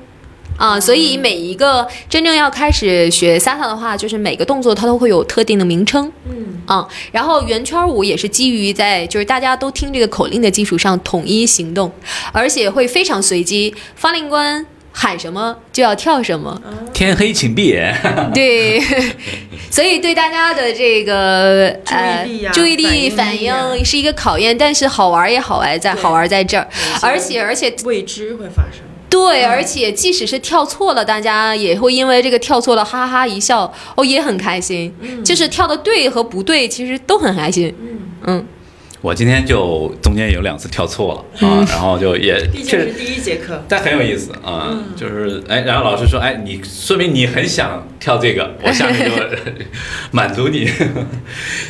啊，所以每一个真正要开始学 salsa 的话，就是每个动作它都会有特定的名称。
嗯，
啊，然后圆圈舞也是基于在就是大家都听这个口令的基础上统一行动，而且会非常随机，发令官喊什么就要跳什么，
天黑请闭眼。
对，所以对大家的这个呃
注意力啊
注意力
反
反
应力啊
应是一个考验，但是好玩也好玩在
对
好玩在这儿，
错
而且而且
未知会发生，
对，
嗯
而且即使是跳错了，大家也会因为这个跳错了哈哈一笑，哦也很开心，就是跳的对和不对其实都很开心，
嗯，
嗯。
我今天就中间有两次跳错了 啊，然后就也
毕竟
确
是
实，
第一节课，
但很有意思啊，
嗯
就是哎，然后老师说，哎，你说明你很想跳这 个，我下面就满足你。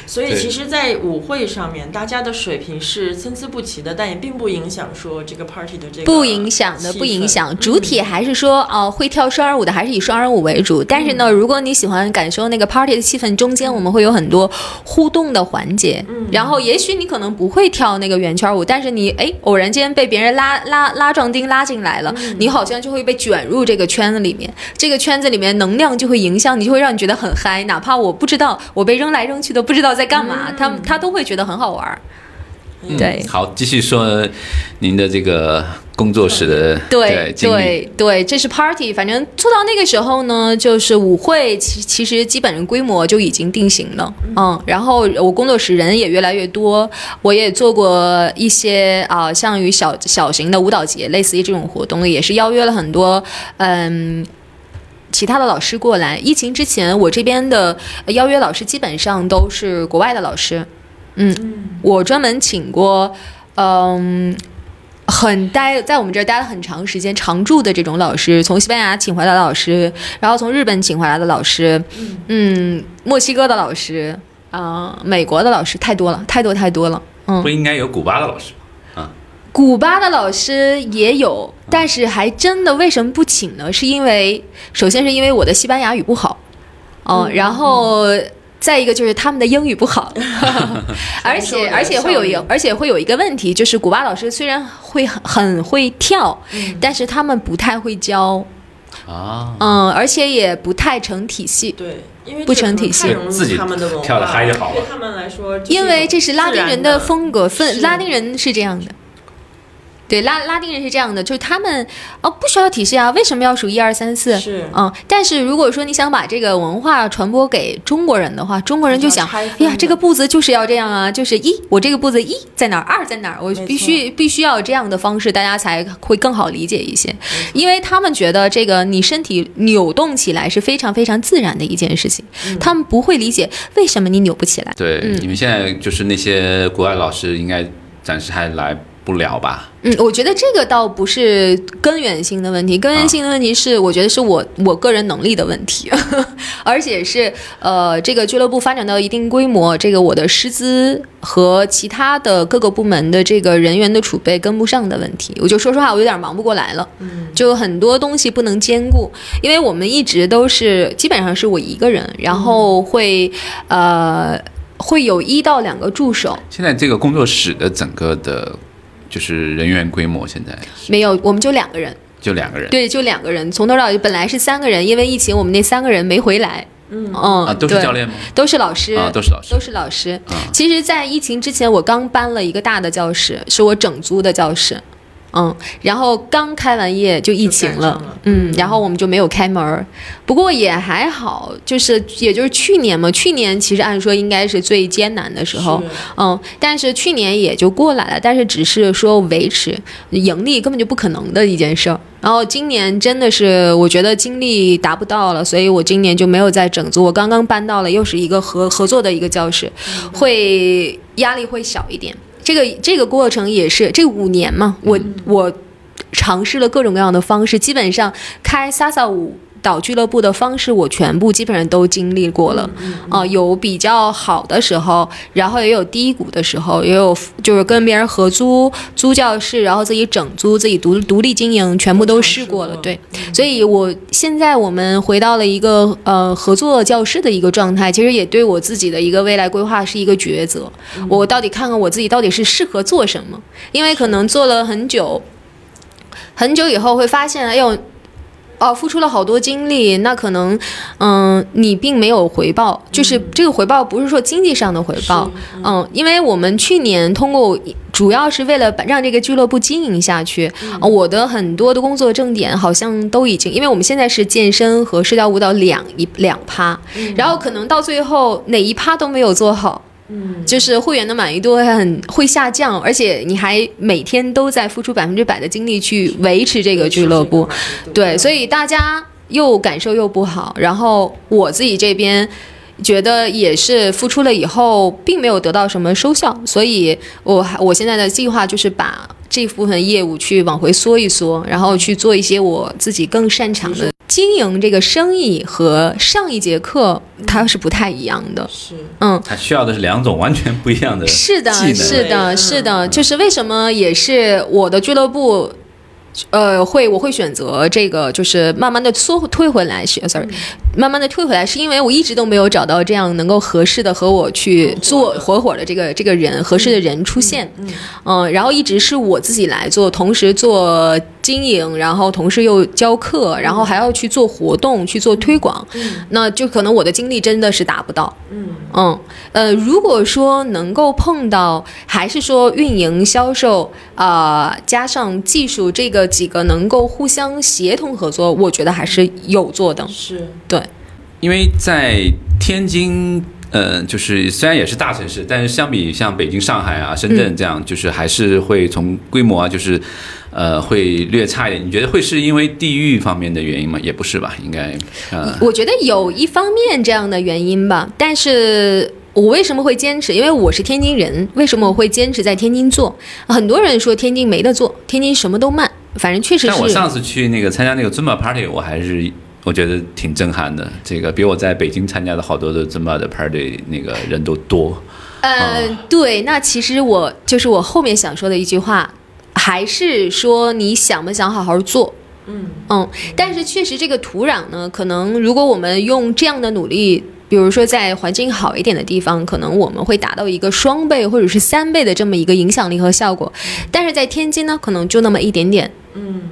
所以
对
其实，在舞会上面，大家的水平是参差不齐的，但也并不影响说这个 party 的这个
不影响的，
气
不影
氛嗯
响。主体还是说，哦、会跳双人舞的还是以双人舞为主。但是呢，如果你喜欢感受那个 party 的气氛，中间我们会有很多互动的环节。嗯，然后也许你可能不会跳那个圆圈舞，但是你哎，偶然间被别人拉拉拉壮丁拉进来了，
嗯
你好像就会被卷入这个圈子里面。这个圈子里面能量就会影响你，就会让你觉得很
嗯
嗨。哪怕我不知道，我被扔来扔去的，不知道在干嘛，他他都会觉得很好玩儿。
嗯
对
好，继续说您的这个工作室的
嗯 对
经历。
对对，这是 party。反正做到那个时候呢，就是舞会其其实基本规模就已经定型了，嗯。然后我工作室人也越来越多，我也做过一些啊、像于小小型的舞蹈节，类似于这种活动，也是邀约了很多嗯。其他的老师过来，疫情之前我这边的呃邀约老师基本上都是国外的老师，
嗯
我专门请过，嗯，很待在我们这儿待了很长时间常驻的这种老师，从西班牙请回来的老师，然后从日本请回来的老师，嗯，墨西哥的老师，啊、美国的老师太多了，太多太多了。嗯
不，应该有古巴的老师吗？
古巴的老师也有，但是还真的为什么不请呢？是因为首先是因为我的西班牙语不好，哦、
嗯
然后再一个就是他们的英语 不好，而
传说
且
的
而且会有一
效应
而且会有一个问题，就是古巴老师虽然会很很会跳，
嗯
但是他们不太会教，
啊，
嗯，而且也不太成体系。
对，因为
不
这个
成
可能
体系
太融入
自己
他们的文化，
跳得嗨就好了
对他们来说，
因为这是拉
自
丁
然
人
的
的风格，分
是
拉丁人是这样的。对，拉拉丁人是这样的，就是他们哦不需要体系啊，为什么要数一二三四？
是
嗯，但是如果说你想把这个文化传播给中国人的话，中国人就想，
比较拆
哎
分
呀
的，
这个步子就是要这样啊，就是一，我这个步子一在哪儿，二在哪儿，我
没
必须必须要有这样的方式，大家才会更好理解一些，因为他们觉得这个你身体扭动起来是非常非常自然的一件事情，
嗯
他们不会理解为什么你扭不起来。
对，你们现在就是那些国外老师，应该暂时还来不了吧？
嗯，我觉得这个倒不是根源性的问题，根源性的问题是，我觉得是我我个人能力的问题， 而且是呃，这个俱乐部发展到一定规模，这个我的师资和其他的各个部门的这个人员的储备跟不上的问题。我就说实话，我有点忙不过来了，
嗯，
就很多东西不能兼顾，因为我们一直都是基本上是我一个人，然后会、呃会有一到两个助手，
现在这个工作室的整个的，就是人员规模现在
没有我们就两个人。
就两个人
对，就两个人，从头到尾本来是三个人，因为疫情，我们那三个人没回来。
嗯
嗯，
啊，都是
对
教，练吗？
都是老师，
啊，都是老师
都是老师。
啊。
其实，在疫情之前，我刚搬了一个大的教室，是我整租的教室。嗯，然后刚开完业就疫情了，
就赶上了
嗯，然后我们就没有开门儿，不过也还好，就是也就是去年嘛，去年其实按说应该是最艰难的时候，
是
嗯，但是去年也就过来了，但是只是说维持盈利根本就不可能的一件事儿。然后今年真的是我觉得精力达不到了，所以我今年就没有再整租。我刚刚搬到了又是一个合合作的一个教室，会压力会小一点。这个这个过程也是这五年嘛，我我尝试了各种各样的方式，基本上开萨萨舞蹈俱乐部的方式，我全部基本上都经历过
嗯
了。啊、有比较好的时候，然后也有低谷的时候，也有就是跟别人合租租教室，然后自己整租，自己独独立经营，全部都试过了。
都
嗯
尝
对，所以我现在我们回到了一个呃合作教室的一个状态，其实也对我自己的一个未来规划是一个抉择。我到底看看我自己到底是适合做什么，因为可能做了很久，很久以后会发现，哎呦。哦，付出了好多精力，那可能，嗯、你并没有回报，就是这个回报不是说经济上的回报，嗯、因为我们去年通过，主要是为了把让这个俱乐部经营下去、呃我的很多的工作重点好像都已经，因为我们现在是健身和社交舞蹈两一两趴，然后可能到最后哪一趴都没有做好，
嗯，
就是会员的满意度会很会下降，而且你还每天都在付出百分之百的精力去维持这个俱乐部，对，所
以
以大家又感受又不好，然后我自己这边。觉得也是付出了以后，并没有得到什么收效，所以我还我现在的计划就是把这部分业务去往回缩一缩，然后去做一些我自己更擅长的经营这个生意和上一节课它是不太一样的，
是
嗯，
他需要的是两种完全不一 样的
是的
技，能
是
嗯
的，是的，就是为什么也是我的俱乐部。呃，会我会选择这个，就是慢慢的缩退回来是，sorry，慢慢的退回来，是因为我一直都没有找到这样能够合适的和我去做合伙的这个这个人，合适的人出现，
嗯
嗯，然后一直是我自己来做，同时做经营，然后同时又教课，然后还要去做活动、去做推广，那就可能我的精力真的是达不到。
嗯
嗯，呃，如果说能够碰到，还是说运营、销售啊、呃加上技术这个几个能够互相协同合作，我觉得还是有做的。
是，
对，
因为在天津，呃，就是虽然也是大城市，但是相比像北京、上海啊、深圳这样，就是还是会从规模啊，就是呃，会略差一点。你觉得会是因为地域方面的原因吗？也不是吧，应该呃，
我觉得有一方面这样的原因吧，但是。我为什么会坚持？因为我是天津人，为什么我会坚持在天津做？很多人说天津没得做，天津什么都慢，反正确实是。
但我上次去那个参加那个 Zumba party，我还是我觉得挺震撼的。这个比我在北京参加的好多的 Zumba 的 party 那个人都多。
呃，对，那其实我就是我后面想说的一句话，还是说你想不想好好做？
嗯
嗯，但是确实这个土壤呢，可能如果我们用这样的努力。比如说，在环境好一点的地方，可能我们会达到一个双倍或者是三倍的这么一个影响力和效果，但是在天津呢，可能就那么一点点。
嗯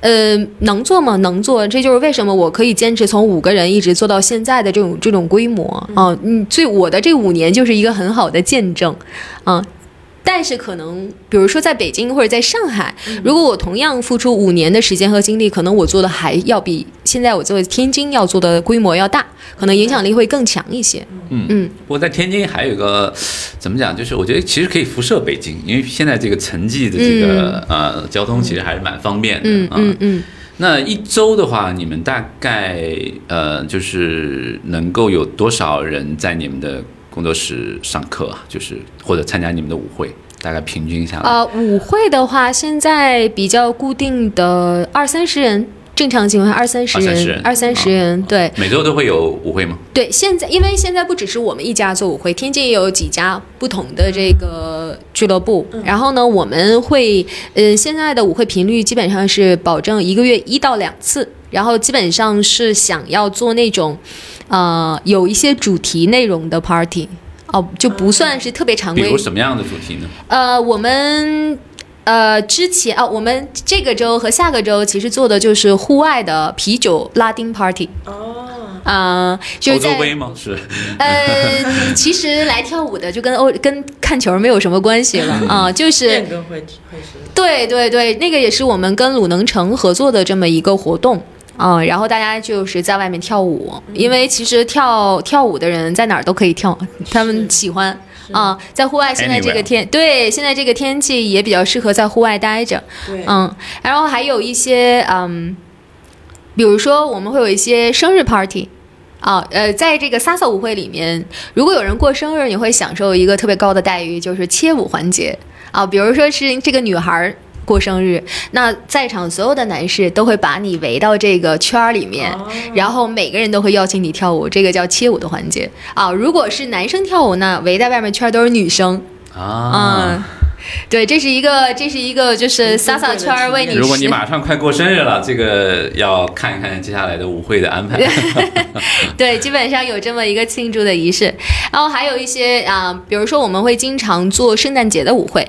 呃，能做吗？能做，这就是为什么我可以坚持从五个人一直做到现在的这种这种规模啊。嗯，所以我的这五年就是一个很好的见证啊。但是可能，比如说在北京或者在上海，如果我同样付出五年的时间和精力，可能我做的还要比现在我做的天津要做的规模要大，可能影响力会更强一些。
不过在天津还有一个怎么讲，就是我觉得其实可以辐射北京，因为现在这个城际的这个、呃交通其实还是蛮方便的
嗯
啊。
嗯嗯，
那一周的话，你们大概呃就是能够有多少人在你们的工作室上课啊？就是或者参加你们的舞会，大概平均下来。
呃，舞会的话，现在比较固定的二三十人，正常情况下二三十
二三十
人
人，哦
二三十人，对。
每周都会有舞会吗？
对，现在因为现在不只是我们一家做舞会，天津也有几家不同的这个俱乐部。然后呢，我们会，呃，现在的舞会频率基本上是保证一个月一到两次，然后基本上是想要做那种，呃，有一些主题内容的 party，哦，就不算是特别常
比
规
如。什么样的主题呢？
呃，我们呃之前啊，我们这个周和下个周其实做的就是户外的啤酒拉丁 party，
哦，
啊、就
欧
是
洲
在
杯吗？是，
呃，其实来跳舞的就跟欧跟看球没有什么关 系了啊、就是
变更会会是
对对对，那个也是我们跟鲁能城合作的这么一个活动。啊、然后大家就是在外面跳舞，因为其实跳跳舞的人在哪儿都可以跳，他们喜欢啊、在户外现在这个
Anywhere
天对，现在这个天气也比较适合在户外待着，
对，哦
嗯，然后还有一些嗯，比如说我们会有一些生日 party。啊，呃，在这个萨萨舞会里面，如果有人过生日，你会享受一个特别高的待遇，就是切舞环节啊。比如说是这个女孩儿过生日，那在场所有的男士都会把你围到这个圈儿里面，
哦
然后每个人都会邀请你跳舞，这个叫切舞的环节啊。如果是男生跳舞呢，围在外面圈儿都是女生，
啊，
嗯，对，这是一个，这是一个，就是
珍
撒
贵
撒
的
圈儿为
体验
你实。
如果你马上快过生日了，这个要看一看接下来的舞会的安排。
对，基本上有这么一个庆祝的仪式。然后还有一些啊、比如说我们会经常做圣诞节的舞会，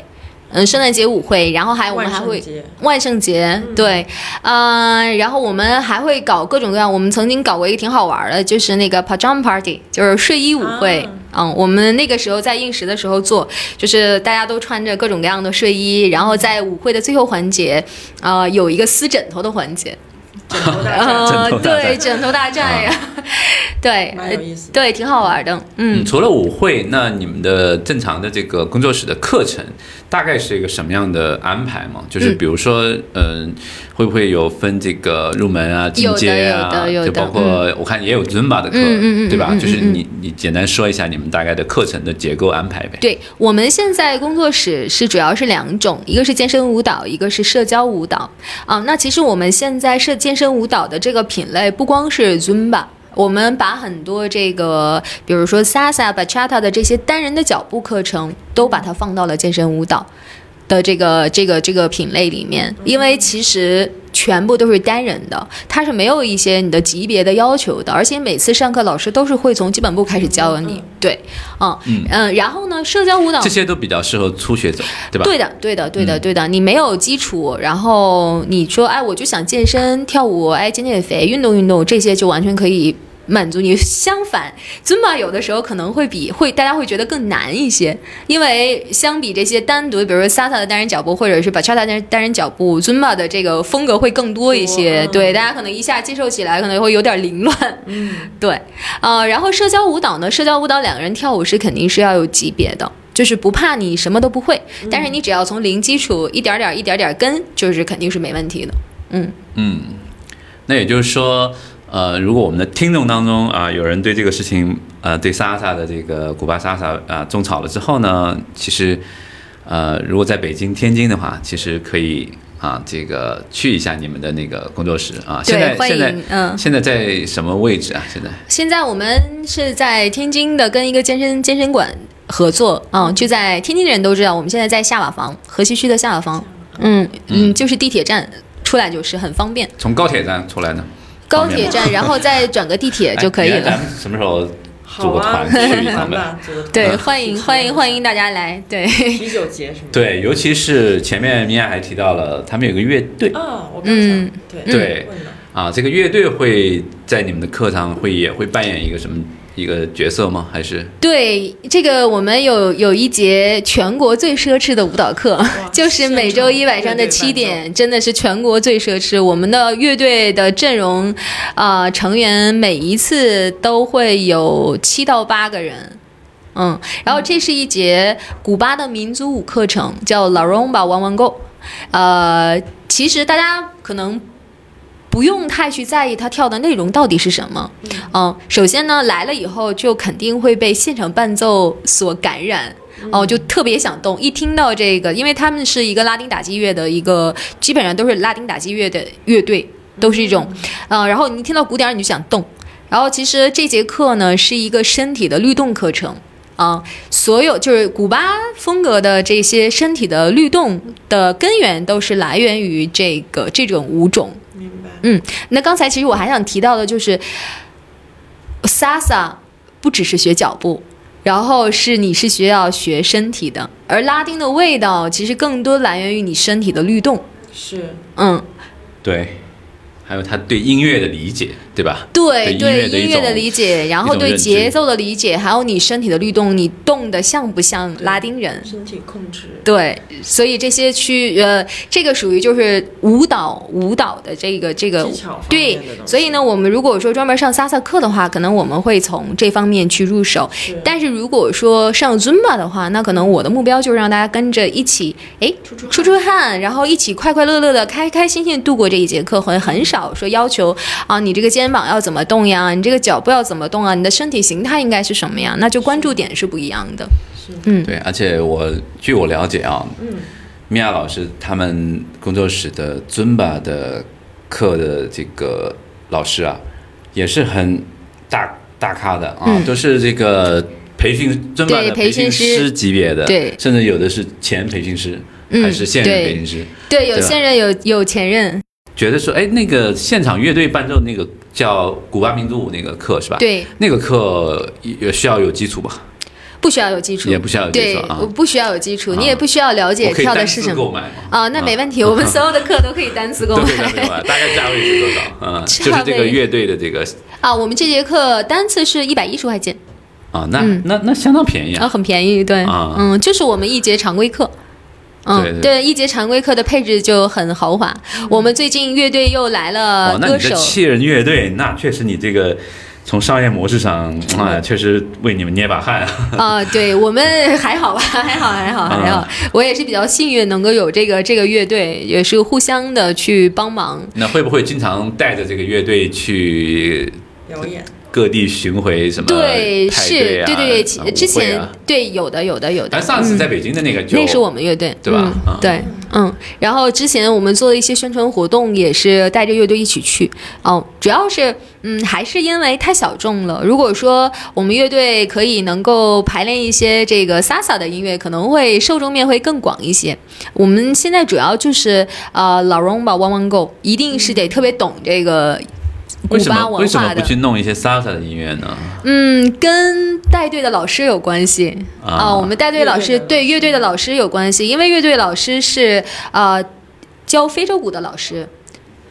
嗯，圣诞节舞会，然后还我们还
万
会
圣节
万圣节，对，嗯，然后我们还会搞各种各样。我们曾经搞过一个挺好玩的，就是那个 pajama party，就是睡衣舞会。
啊
嗯，我们那个时候在应时的时候做，就是大家都穿着各种各样的睡衣，然后在舞会的最后环节，啊，有一个撕枕头的环节，
枕头大战
枕
呃，
头大战
对，枕头大战 呀，对，
蛮有意思的
对，挺好玩的，嗯
嗯，。除了舞会，那你们的正常的这个工作室的课程大概是一个什么样的安排吗？就是比如说，嗯、会不会有分这个入门啊、进阶啊，
有的有的有的嗯
就包括我看也有 Zumba 的课，
嗯嗯嗯
对吧？
嗯嗯
就是你你简单说一下你们大概的课程的结构安排呗。
对我们现在工作室是主要是两种，一个是健身舞蹈，一个是社交舞蹈。啊，那其实我们现在社健身舞蹈的这个品类不光是 Zumba。我们把很多这个，比如说 Salsa、Bachata 的这些单人的脚步课程，都把它放到了健身舞蹈的这个这个这个品类里面，因为其实。全部都是单人的，它是没有一些你的级别的要求的，而且每次上课老师都是会从基本步开始教你。对，嗯嗯、呃然后呢，社交舞蹈
这些都比较适合初学者，对吧？嗯
对的，对的，对的，对的。你没有基础，然后你说，哎，我就想健身、跳舞，哎，减减肥、运动运动，这些就完全可以满足你。相
嗯
反，尊巴有的时候可能会比会大家会觉得更难一些，因为相比这些单独，比如说 salsa 的单人脚步，或者是 bachata 单单人脚步，尊巴的这个风格会更多一些。
多嗯
对，大家可能一下接受起来可能会有点凌乱。
嗯，
对，呃，然后社交舞蹈呢，社交舞蹈两个人跳舞是肯定是要有级别的，就是不怕你什么都不会，
嗯
但是你只要从零基础一点儿点儿一点儿点儿跟，就是肯定是没问题的。嗯，
那也就是说，呃，如果我们的听众当中啊、有人对这个事情，呃，对莎莎的这个古巴莎莎啊种草了之后呢，其实，呃，如果在北京、天津的话，其实可以啊，这个去一下你们的那个工作室啊。现
对
在，
欢
现在
迎，嗯。
现在在什么位置啊？现在
现在我们是在天津的跟一个健身健身馆合作，嗯，就在天津的人都知道，我们现在在下瓦房，河西区的下瓦房，嗯嗯，就是地铁站出来就是很方便，
从高铁站出来 呢，
高
方便
铁
吗
站，然后再转个地铁就可以
哎你看
了。
咱们什么时候组
好
个
啊，
团去一
团
趟呗？
吧，组个团
对，
嗯
欢迎欢迎欢迎大家来，对。
啤酒节什么的。
对，尤其是前面米娅还提到了，他们有个乐队
啊，我刚
嗯
想对
对
问了
啊，这个乐队会在你们的课堂会也会扮演一个什么一个角色吗？还是
对，这个我们有有一节全国最奢侈的舞蹈课， 就是每周一晚上的七点，真的是全国最奢侈。我们的乐队的阵容，啊、成员每一次都会有七到八个人。嗯，然后这是一节古巴的民族舞课程，叫 La Rumba One One Go。呃，其实大家可能不用太去在意他跳的内容到底是什么。嗯，首先呢，来了以后就肯定会被现场伴奏所感染。哦，就特别想动。一听到这个，因为他们是一个拉丁打击乐的一个，基本上都是拉丁打击乐的乐队，都是一种，呃，然后你一听到鼓点儿你就想动。然后其实这节课呢是一个身体的律动课程。啊、所有就是古巴风格的这些身体的律动的根源，都是来源于这个这种舞种。
明白。
那刚才其实我还想提到的就是，salsa 不只是学脚步，然后是你是需要学身体的，而拉丁的味道其实更多来源于你身体的律动。
是，
嗯，
对，还有他对音乐的理解，对吧？
对
对音乐
对，
的一
音乐的
种
理解，然后
一种
对
认知
节奏的理解，还有你身体的律动，你动的像不像拉丁人？
身体控制。
对，所以这些区呃，这个属于就是舞蹈舞蹈的这个这个
技巧方
对
面的东，西
所以呢，我们如果说专门上萨萨课的话，可能我们会从这方面去入手。
是
但是如果说上 Zumba 的话，那可能我的目标就是让大家跟着一起，哎，
出出
出出汗，然后一起快快乐乐的、开开心心地度过这一节课，很很少说要求啊，你这个肩膀要怎么动呀，你这个脚步要怎么动啊，你的身体形态应该是什么呀？那就关注点是不一样的。嗯
对，而且我据我了解啊，
嗯，
米娅老师他们工作室的尊巴的课的这个老师啊，也是很大大咖的啊，
嗯
都是这个培训尊巴
对
的
培
训
训师
师级别的，
对
甚至有的是前培训师，
嗯
还是现任
对
培训师。
对，有
对吧啊
现任，有有前任，
觉得说，哎，那个现场乐队伴奏那个叫古巴民族舞那个课是吧？，
对。
那个课也需要有基础吧？
不需要有基础，
也不需要有基础
对，
啊
我不需要有基础，
啊
你也不需要了解
我可以
跳的
单
是
次
什么
购买吗？
啊，那没问题，我们所有的课都可以单次 购
都可以单次购
买
买，大概价位是多少？ 嗯，就是这
价
个
位
乐队的这个
啊。我们这节课单次是一百一十块钱，
啊，那
嗯
那那相当便宜
啊，
啊。
很便宜，对
啊，
嗯，就是我们一节常规课。嗯
对，对
对，一节常规课的配置就很豪华。我们最近乐队又来了
哦，那
呃歌
你这
手，
七人乐队，那确实你这个从商业模式上啊，确实为你们捏把汗啊。
啊，对我们还好吧， 还好，还好，还好
啊。
我也是比较幸运，能够有这个这个乐队，也是互相的去帮忙。
那会不会经常带着这个乐队去
表演
各地巡回什么
对，
派
是，
对啊、啊
对对对，之
舞会
前
啊
对有的有的有的
咱。上次在北京的那个就，
那是我们乐队，
对吧
嗯
啊
对，嗯，然后之前我们做的一些宣传活动，也是带着乐队一起去。哦，主要是，嗯，还是因为太小众了。如果说我们乐队可以能够排练一些这个 Sasa 的音乐，可能会受众面会更广一些。我们现在主要就是，呃，老 Rumba、One One Go，一定是得特别懂这个古
为什
巴
么为
文
什么
化
不
的。
去弄一些 salsa 的音乐呢？
嗯，跟带队的老师有关系
啊
哦我们带队老师
乐队的
对乐队的老师有关系，因为乐队老师是呃教非洲鼓的老师，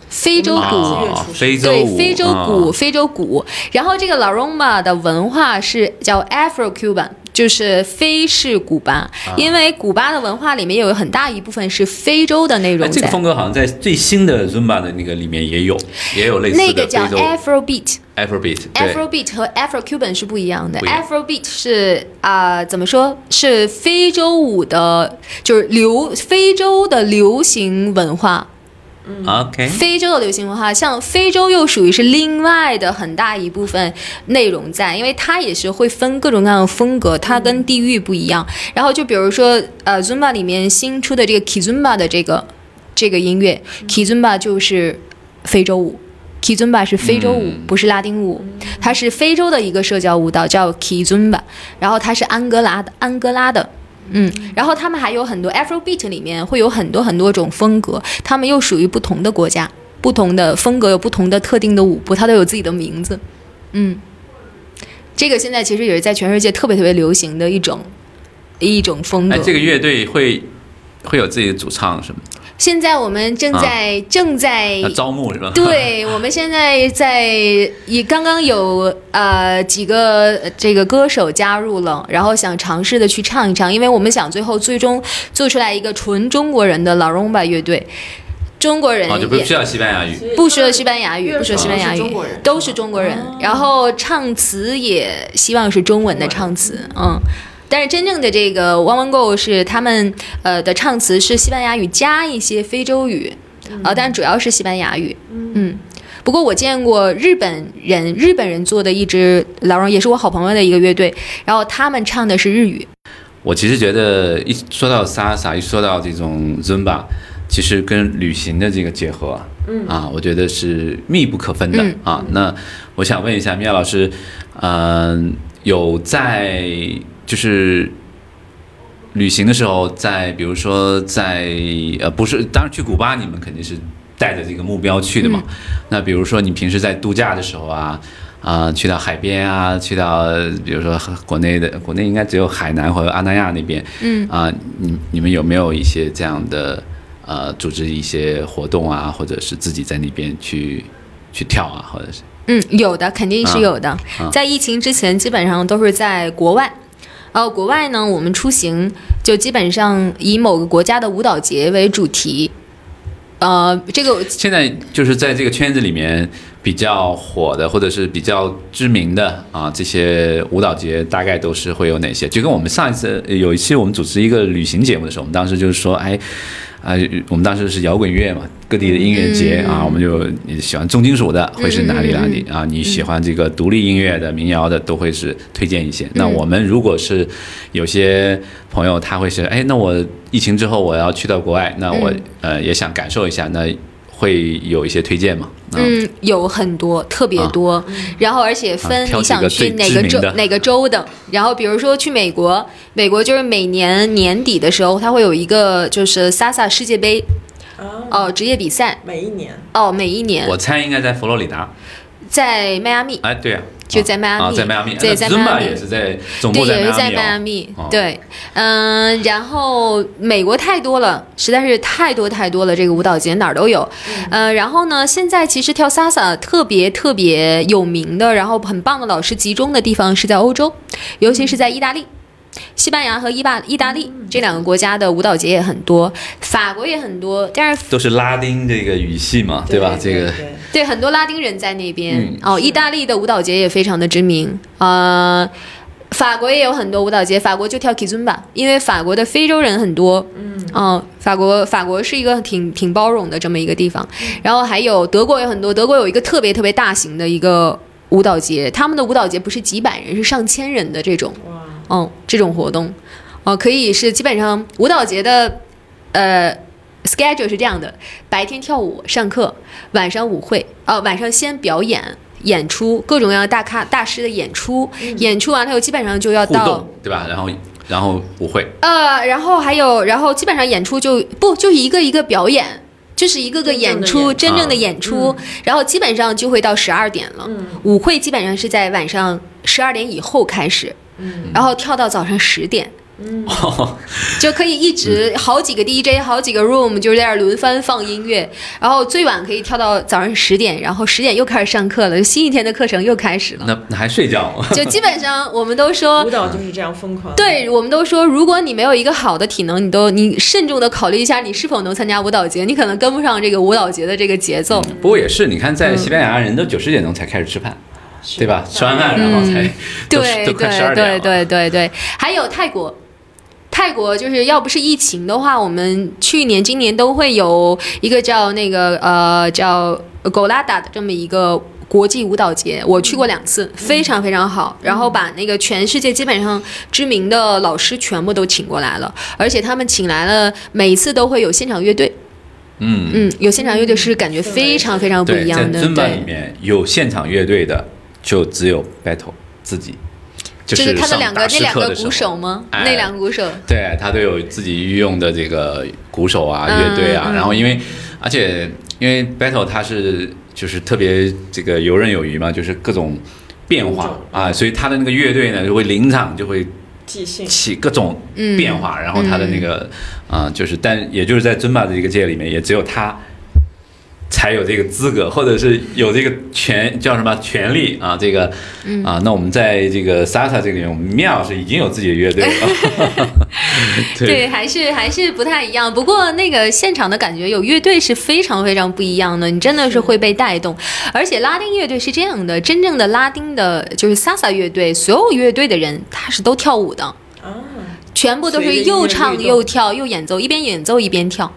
非洲
啊
鼓。
啊，非洲
对
舞
非洲鼓，
啊
非洲鼓。然后这个 La Rumba 的文化是叫 Afro-Cuban，就是非是古巴，
啊
因为古巴的文化里面有很大一部分是非洲的
哎
内容
这个
在。
风格好像在最新的 Zumba 的那个里面也有，也有类似的
那个叫
非洲
Afrobeat，
Afrobeat，对
Afrobeat 和 Afro Cuban 是不一样的。
不一样
Afrobeat 是啊、怎么说是非洲舞的，就是流非洲的流行文化。
啊，OK，
非洲的流行文化，像非洲又属于是另外的很大一部分内容在，因为它也是会分各种各样的风格，它跟地域不一样。然后就比如说，呃，Zumba 里面新出的这个 Kizumba 的这个这个音乐
嗯
，Kizumba 就是非洲舞。Kizumba 是非洲舞，
嗯
不是拉丁舞，它是非洲的一个社交舞蹈，叫 Kizumba，然后它是安哥拉的，安哥拉的，嗯，然后他们还有很多 Afrobeat 里面会有很多很多种风格，他们又属于不同的国家，不同的风格有不同的特定的舞步，它都有自己的名字。嗯，这个现在其实也是在全世界特别特别流行的一种一种风格。
哎，这个乐队会会有自己的主唱什么，
现在我们正
啊
在、正在
要招募是吧？
哎对，我们现在在也刚刚有呃几个呃这个歌手加入了，然后想尝试的去唱一唱，因为我们想最后最终做出来一个纯中国人的 La Rumba 乐队，中国 人
哦，就不
也
需要西班牙语。
不说西班牙语，不说西班牙
乐手
语
都是中国人，哦
都是中国人。然后唱词也希望是中文的唱词，嗯。但是真正的这个 One One Go 是他们呃的唱词是西班牙语加一些非洲语，
嗯
呃，但主要是西班牙语，嗯。不过我见过日本人，日本人做的一支老人也是我好朋友的一个乐队，然后他们唱的是日语，
我其实觉得一说到 salsa，一说到这种 zumba，其实跟旅行的这个结合啊，嗯啊，我觉得是密不可分的、
嗯
啊。那我想问一下米娅老师，嗯、有在就是旅行的时候在，比如说在呃，不是，当然去古巴你们肯定是带着这个目标去的嘛。那比如说你平时在度假的时候啊，啊、去到海边啊，去到呃比如说国内的，国内应该只有海南和阿那亚那边，
嗯
啊、你你们有没有一些这样的呃，组织一些活动啊，或者是自己在那边去去跳啊，或者是
嗯，有的，肯定
啊
是有的。
啊
在疫情之前，基本上都是在国外。呃，国外呢，我们出行就基本上以某个国家的舞蹈节为主题。呃，这个
现在就是在这个圈子里面比较火的，或者是比较知名的啊，这些舞蹈节大概都是会有哪些？就跟我们上一次呃有一期我们组织一个旅行节目的时候，我们当时就是说，哎。啊、我们当时是摇滚乐嘛，各地的音乐节、
嗯
啊，我们就你喜欢重金属的会是哪里哪里、啊？
嗯
你喜欢这个独立音乐的、民谣的，都会是推荐一些。那
嗯
我们如果是有些朋友他会是，哎，那我疫情之后我要去到国外，那我、
嗯
呃也想感受一下，那会有一些推荐吗？啊，
嗯，有很多，特别多。然后而且
啊
分
挑
你
几个
想去
最
哪
知
个
名
州、
的
哪个州的。然后比如说去美国，美国就是每年年底的时候，它会有一个就是 Sasa 世界杯
啊，
哦、职业比赛
每一年
哦，每一年
我猜应该在佛罗里达。
在迈阿密。
哎，对啊，
就在迈阿密
啊，在迈阿密，
对
那
在迈阿
Zumba
密
也是在总
对，
部
也是
在
在迈阿
密
密
哦。
对，嗯、然后美国太多了，实在是太多太多了，这个舞蹈节哪儿都有。
嗯
呃，然后呢，现在其实跳 salsa 特别特别有名的，然后很棒的老师集中的地方是在欧洲，尤其是在意大利。西班牙和意大意大利
嗯
这两个国家的舞蹈节也很多，法国也很多，但是
哦，都是拉丁这个语系嘛，吧？这个
对
对很多拉丁人在那边、
嗯
哦。意大利的舞蹈节也非常的知名，呃，法国也有很多舞蹈节，法国就跳 Kizumba，因为法国的非洲人很多，嗯，法国法国是一个挺挺包容的这么一个地方，然后还有德国有很多，德国有一个特别特别大型的一个舞蹈节，他们的舞蹈节不是几百人，是上千人的这种，
哇，
嗯，这种活动，哦、可以是基本上舞蹈节的，呃，schedule 是这样的：白天跳舞上课，晚上舞会，哦、晚上先表演。演出各种各样的大咖大师的演出，演出完了以后基本上就要
互
到
动对吧？然后然后舞会，
呃，然后还有，然后基本上演出就不就一个一个表演，就是一个个演嗯出，真
真
正
正
的
的
演出，然后基本上就会到十二点了。
嗯
舞会基本上是在晚上十二点以后开始，
嗯
然后跳到早上十点，
嗯，
就可以一直好几个 DJ，好几个 room 就是在那儿轮番放音乐，然后最晚可以跳到早上十点，然后十点又开始上课了，新一天的课程又 开始了。
那那还睡觉吗？
就基本上我们都说
舞蹈就是这样疯狂。，
对我们都说，如果你没有一个好的体能，你都你慎重的考虑一下，你是否能参加舞蹈节，你可能跟不上这个舞蹈节的这个节奏。
不过也是，你看
嗯
在西班牙人都九十点钟才开始吃饭，对吧？吃完饭
嗯
然后才都
对
都
对
快十二点了
对。对对对，还有泰国。泰国就是要不是疫情的话，我们去年、今年都会有一个叫那个呃叫 Golada 的这么一个国际舞蹈节，我去过两
嗯
次，非常非常好。然后把那个全世界基本上知名的老师全部都请过来了，而且他们请来了，每一次都会有现场乐队，
嗯，
嗯，有现场乐队是感觉非常非常不
对，
一
在
样的，
尊巴
对
里面有现场乐队的，就只有 battle 自己，就
就是他们
上
两个
大
那
师
两
课
个
的时
鼓
候
手吗？
哎
那两个鼓手，
对他都有自己御用的这个鼓手啊、
嗯
乐队啊，
嗯
然后因为而且因为 battle 它是就是特别这个游刃有余嘛，就是各种变化啊，所以他的那个乐队呢就会临场就会
即兴。
起各种
嗯
变化，然后他的那个啊、就是但也就是在尊巴的这个界里面，也只有他。才有这个资格，或者是有这个权叫什么权利啊？这个
嗯
啊，那我们在这个 Sasa 这个里面，我们面老师已经有自己的乐队了。
对，还是还是不太一样。不过那个现场的感觉，有乐队是非常非常不一样的，你真的是会被带动。而且拉丁乐队是这样的，真正的拉丁的，就是 Sasa 乐队，所有乐队的人他是都跳舞的，
啊，
全部都
随着
是
音乐嗯
又
律
唱
动
又跳又演奏，一边演奏一边跳。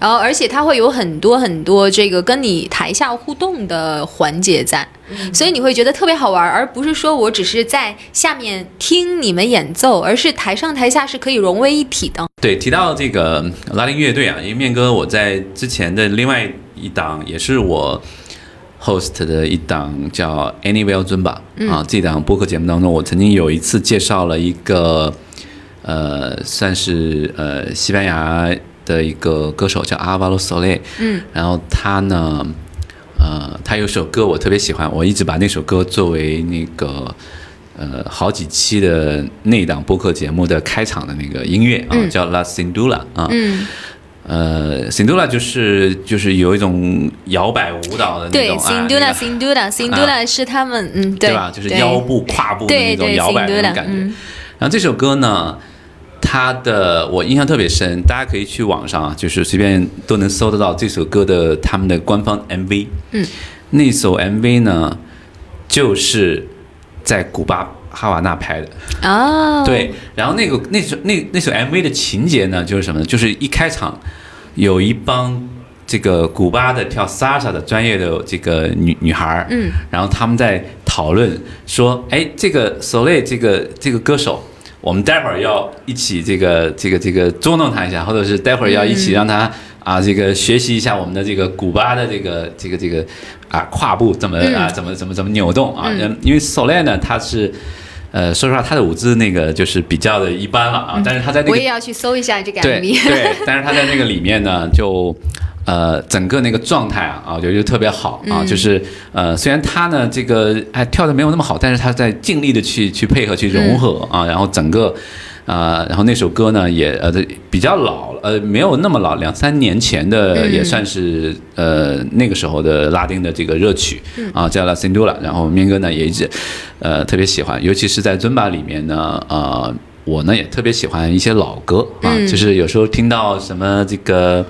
然后，而且他会有很多很多这个跟你台下互动的环节在，
嗯
所以你会觉得特别好玩，而不是说我只是在下面听你们演奏，而是台上台下是可以融为一体的。
对，提到这个拉丁乐队啊，因为面哥我在之前的另外一档也是我 host 的一档叫 Anywhere Zumba、啊，这档播客节目当中，我曾经有一次介绍了一个呃，算是呃西班牙的一个歌手叫阿瓦罗索雷，
嗯，
然后他呢，呃，他有首歌我特别喜欢，我一直把那首歌作为那个呃好几期的那档播客节目的开场的那个音乐啊，
嗯
叫 La Cindula 啊，
嗯，
呃，Cindula 就是就是有一种摇摆舞蹈的那
对
种啊，那个
，Sindula，Sindula，Sindula 是他们，嗯，对
吧？就是腰部、胯部的
对
那种
对
摇摆的那
Sindula，
种感觉。
嗯
然后这首歌呢，它的我印象特别深，大家可以去网上啊，就是随便都能搜得到这首歌的他们的官方 MV。
嗯，
那首 MV 呢，就是在古巴哈瓦那拍的。
哦，
对，然后那个那首那那首 MV 的情节呢，就是什么呢？就是一开场有一帮这个古巴的跳 salsa 的专业的这个女女孩儿，
嗯，
然后他们在讨论说，哎，这个 Soleil 这个这个歌手。我们待会儿要一起这个这个这个捉弄他一下，或者是待会儿要一起让他、啊这个学习一下我们的这个古巴的这个这个这个啊胯部怎么啊怎么怎么怎么扭动啊？嗯、因为 Soleil 呢，他是呃，说实话，他的舞姿那个就是比较的一般了啊，但是他在那
我
个
也要去搜一下这个
对
MV。
对，但是他在那个里面呢，就呃整个那个状态啊，啊我觉得就特别好啊，就是呃虽然他呢这个哎跳的没有那么好，但是他在尽力的去去配合去融合啊，然后整个。啊、然后那首歌呢也呃比较老了，呃没有那么老，两三年前的
嗯
也算是、呃那个时候的拉丁的这个热曲啊，叫《La Cindula》，然后面哥呢也一直呃特别喜欢，尤其是在尊巴里面呢，呃我呢也特别喜欢一些老歌啊，
嗯
就是有时候听到什么这个。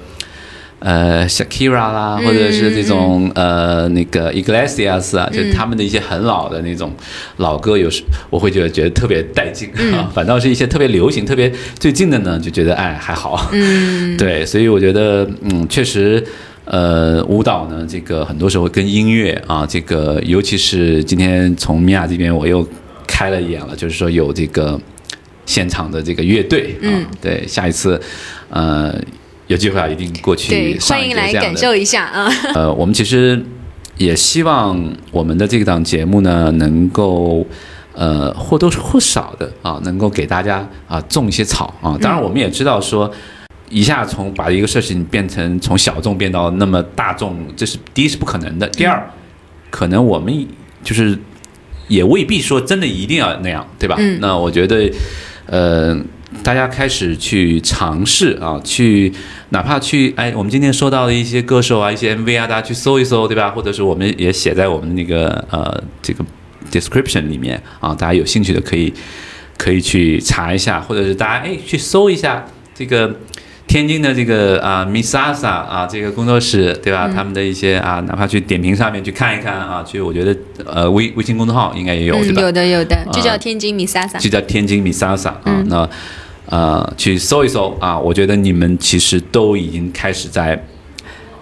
呃，Shakira 啦，
嗯
或者是这种、呃那个 Iglesias 啊，
嗯
就是他们的一些很老的那种老歌，有时我会觉得觉得特别带劲、
嗯
啊， 反倒是一些特别流行、特别最近的呢，就觉得哎还好，
嗯，
对，所以我觉得嗯确实。呃，舞蹈呢，这个很多时候跟音乐啊，这个尤其是今天从米娅这边我又开了眼了，就是说有这个现场的这个乐队啊，
嗯
对，下一次呃有机会啊，一定过去
对，
上
欢
一
迎
节
来
这样
感
的
受一下啊。
呃，我们其实也希望我们的这档节目呢，能够呃或多或少的啊，能够给大家啊种一些草啊。当
嗯
然，我们也知道说。一下从把一个事情变成从小众变到那么大众，这是第一是不可能的。第二，
嗯
可能我们就是也未必说真的一定要那样，对吧？
嗯
那我觉得，呃，大家开始去尝试啊，去哪怕去哎，我们今天说到的一些歌手啊，一些 MV 啊，大家去搜一搜，对吧？或者是我们也写在我们那个呃这个 description 里面啊，大家有兴趣的可以可以去查一下，或者是大家哎去搜一下这个。天津的这个啊，Misasa 啊，这个工作室对
嗯
吧？他们的一些啊，哪怕去点评上面去看一看啊，去我觉得呃微微信公众号应该也有、对
嗯，
吧？
有的有的，就
啊
叫天津米莎莎。
就叫天津米莎莎啊
嗯。
那呃，去搜一搜啊，我觉得你们其实都已经开始在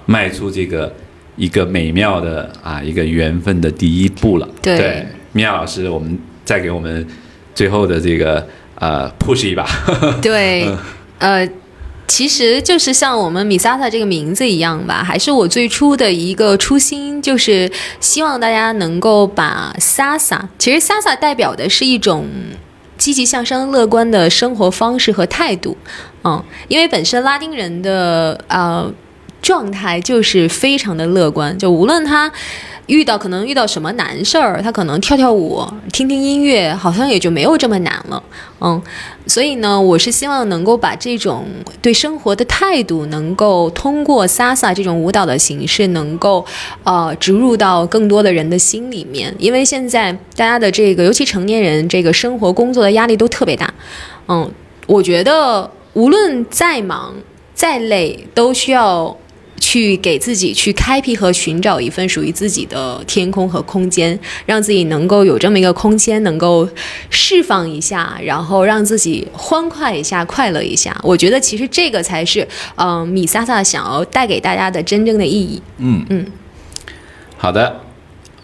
迈出这个一个美妙的啊一个缘分的第一步了。
对
米娅老师，我们再给我们最后的这个呃 push 一把。
对，呃，其实就是像我们米萨萨这个名字一样吧，还是我最初的一个初心，就是希望大家能够把萨萨，其实萨萨代表的是一种积极向上、乐观的生活方式和态度。嗯，因为本身拉丁人的呃状态就是非常的乐观，就无论他遇到可能遇到什么难事儿，他可能跳跳舞、听听音乐，好像也就没有这么难了。嗯，所以呢，我是希望能够把这种对生活的态度，能够通过 salsa 这种舞蹈的形式，能够呃植入到更多的人的心里面，因为现在大家的这个，尤其成年人这个生活工作的压力都特别大。嗯，我觉得无论再忙再累，都需要去给自己去开辟和寻找一份属于自己的天空和空间，让自己能够有这么一个空间，能够释放一下，然后让自己欢快一下、快乐一下。我觉得其实这个才是，嗯、米萨萨想要带给大家的真正的意义。
好的，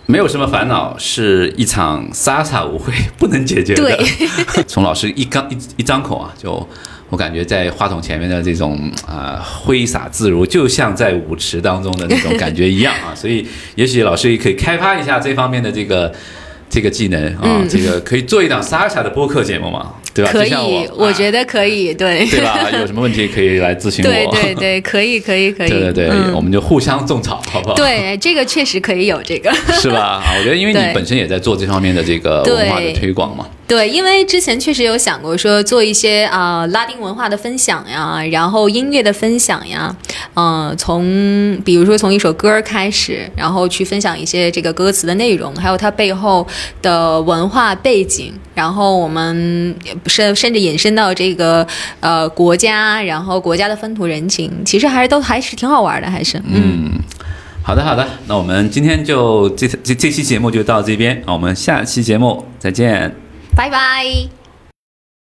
没有什么烦恼是一场莎莎舞会不能解决的。 从老师一刚一一张口啊，就我感觉在话筒前面的这种啊、呃挥洒自如，就像在舞池当中的那种感觉一样啊。所以，也许老师也可以开发一下这方面的这个。这个技能啊，
嗯
这个可以做一档莎莎的播客节目嘛，对吧？
可
就
以
像，我哎
我觉
得、
得可以，对，
对吧？有什么问题可以来咨询我。
对对对，可以，可以，可 以，
对对对
嗯
我们就互相种草，好不好？
对，这个确实可以有这个。
是吧？啊我觉得因为
对
你本身也在做这方面的这个文化的
对
推广嘛，
对，因为之前确实有想过说做一些啊、呃拉丁文化的分享呀，然后音乐的分享呀，嗯、从比如说从一首歌开始，然后去分享一些这个歌词的内容，还有它背后的文化背景，然后我们甚甚至引申到这个呃国家，然后国家的风土人情，其实还是都还是挺好玩的，还是嗯，
好的，好的，那我们今天就这这这期节目就到这边，那我们下期节目再见。
拜拜。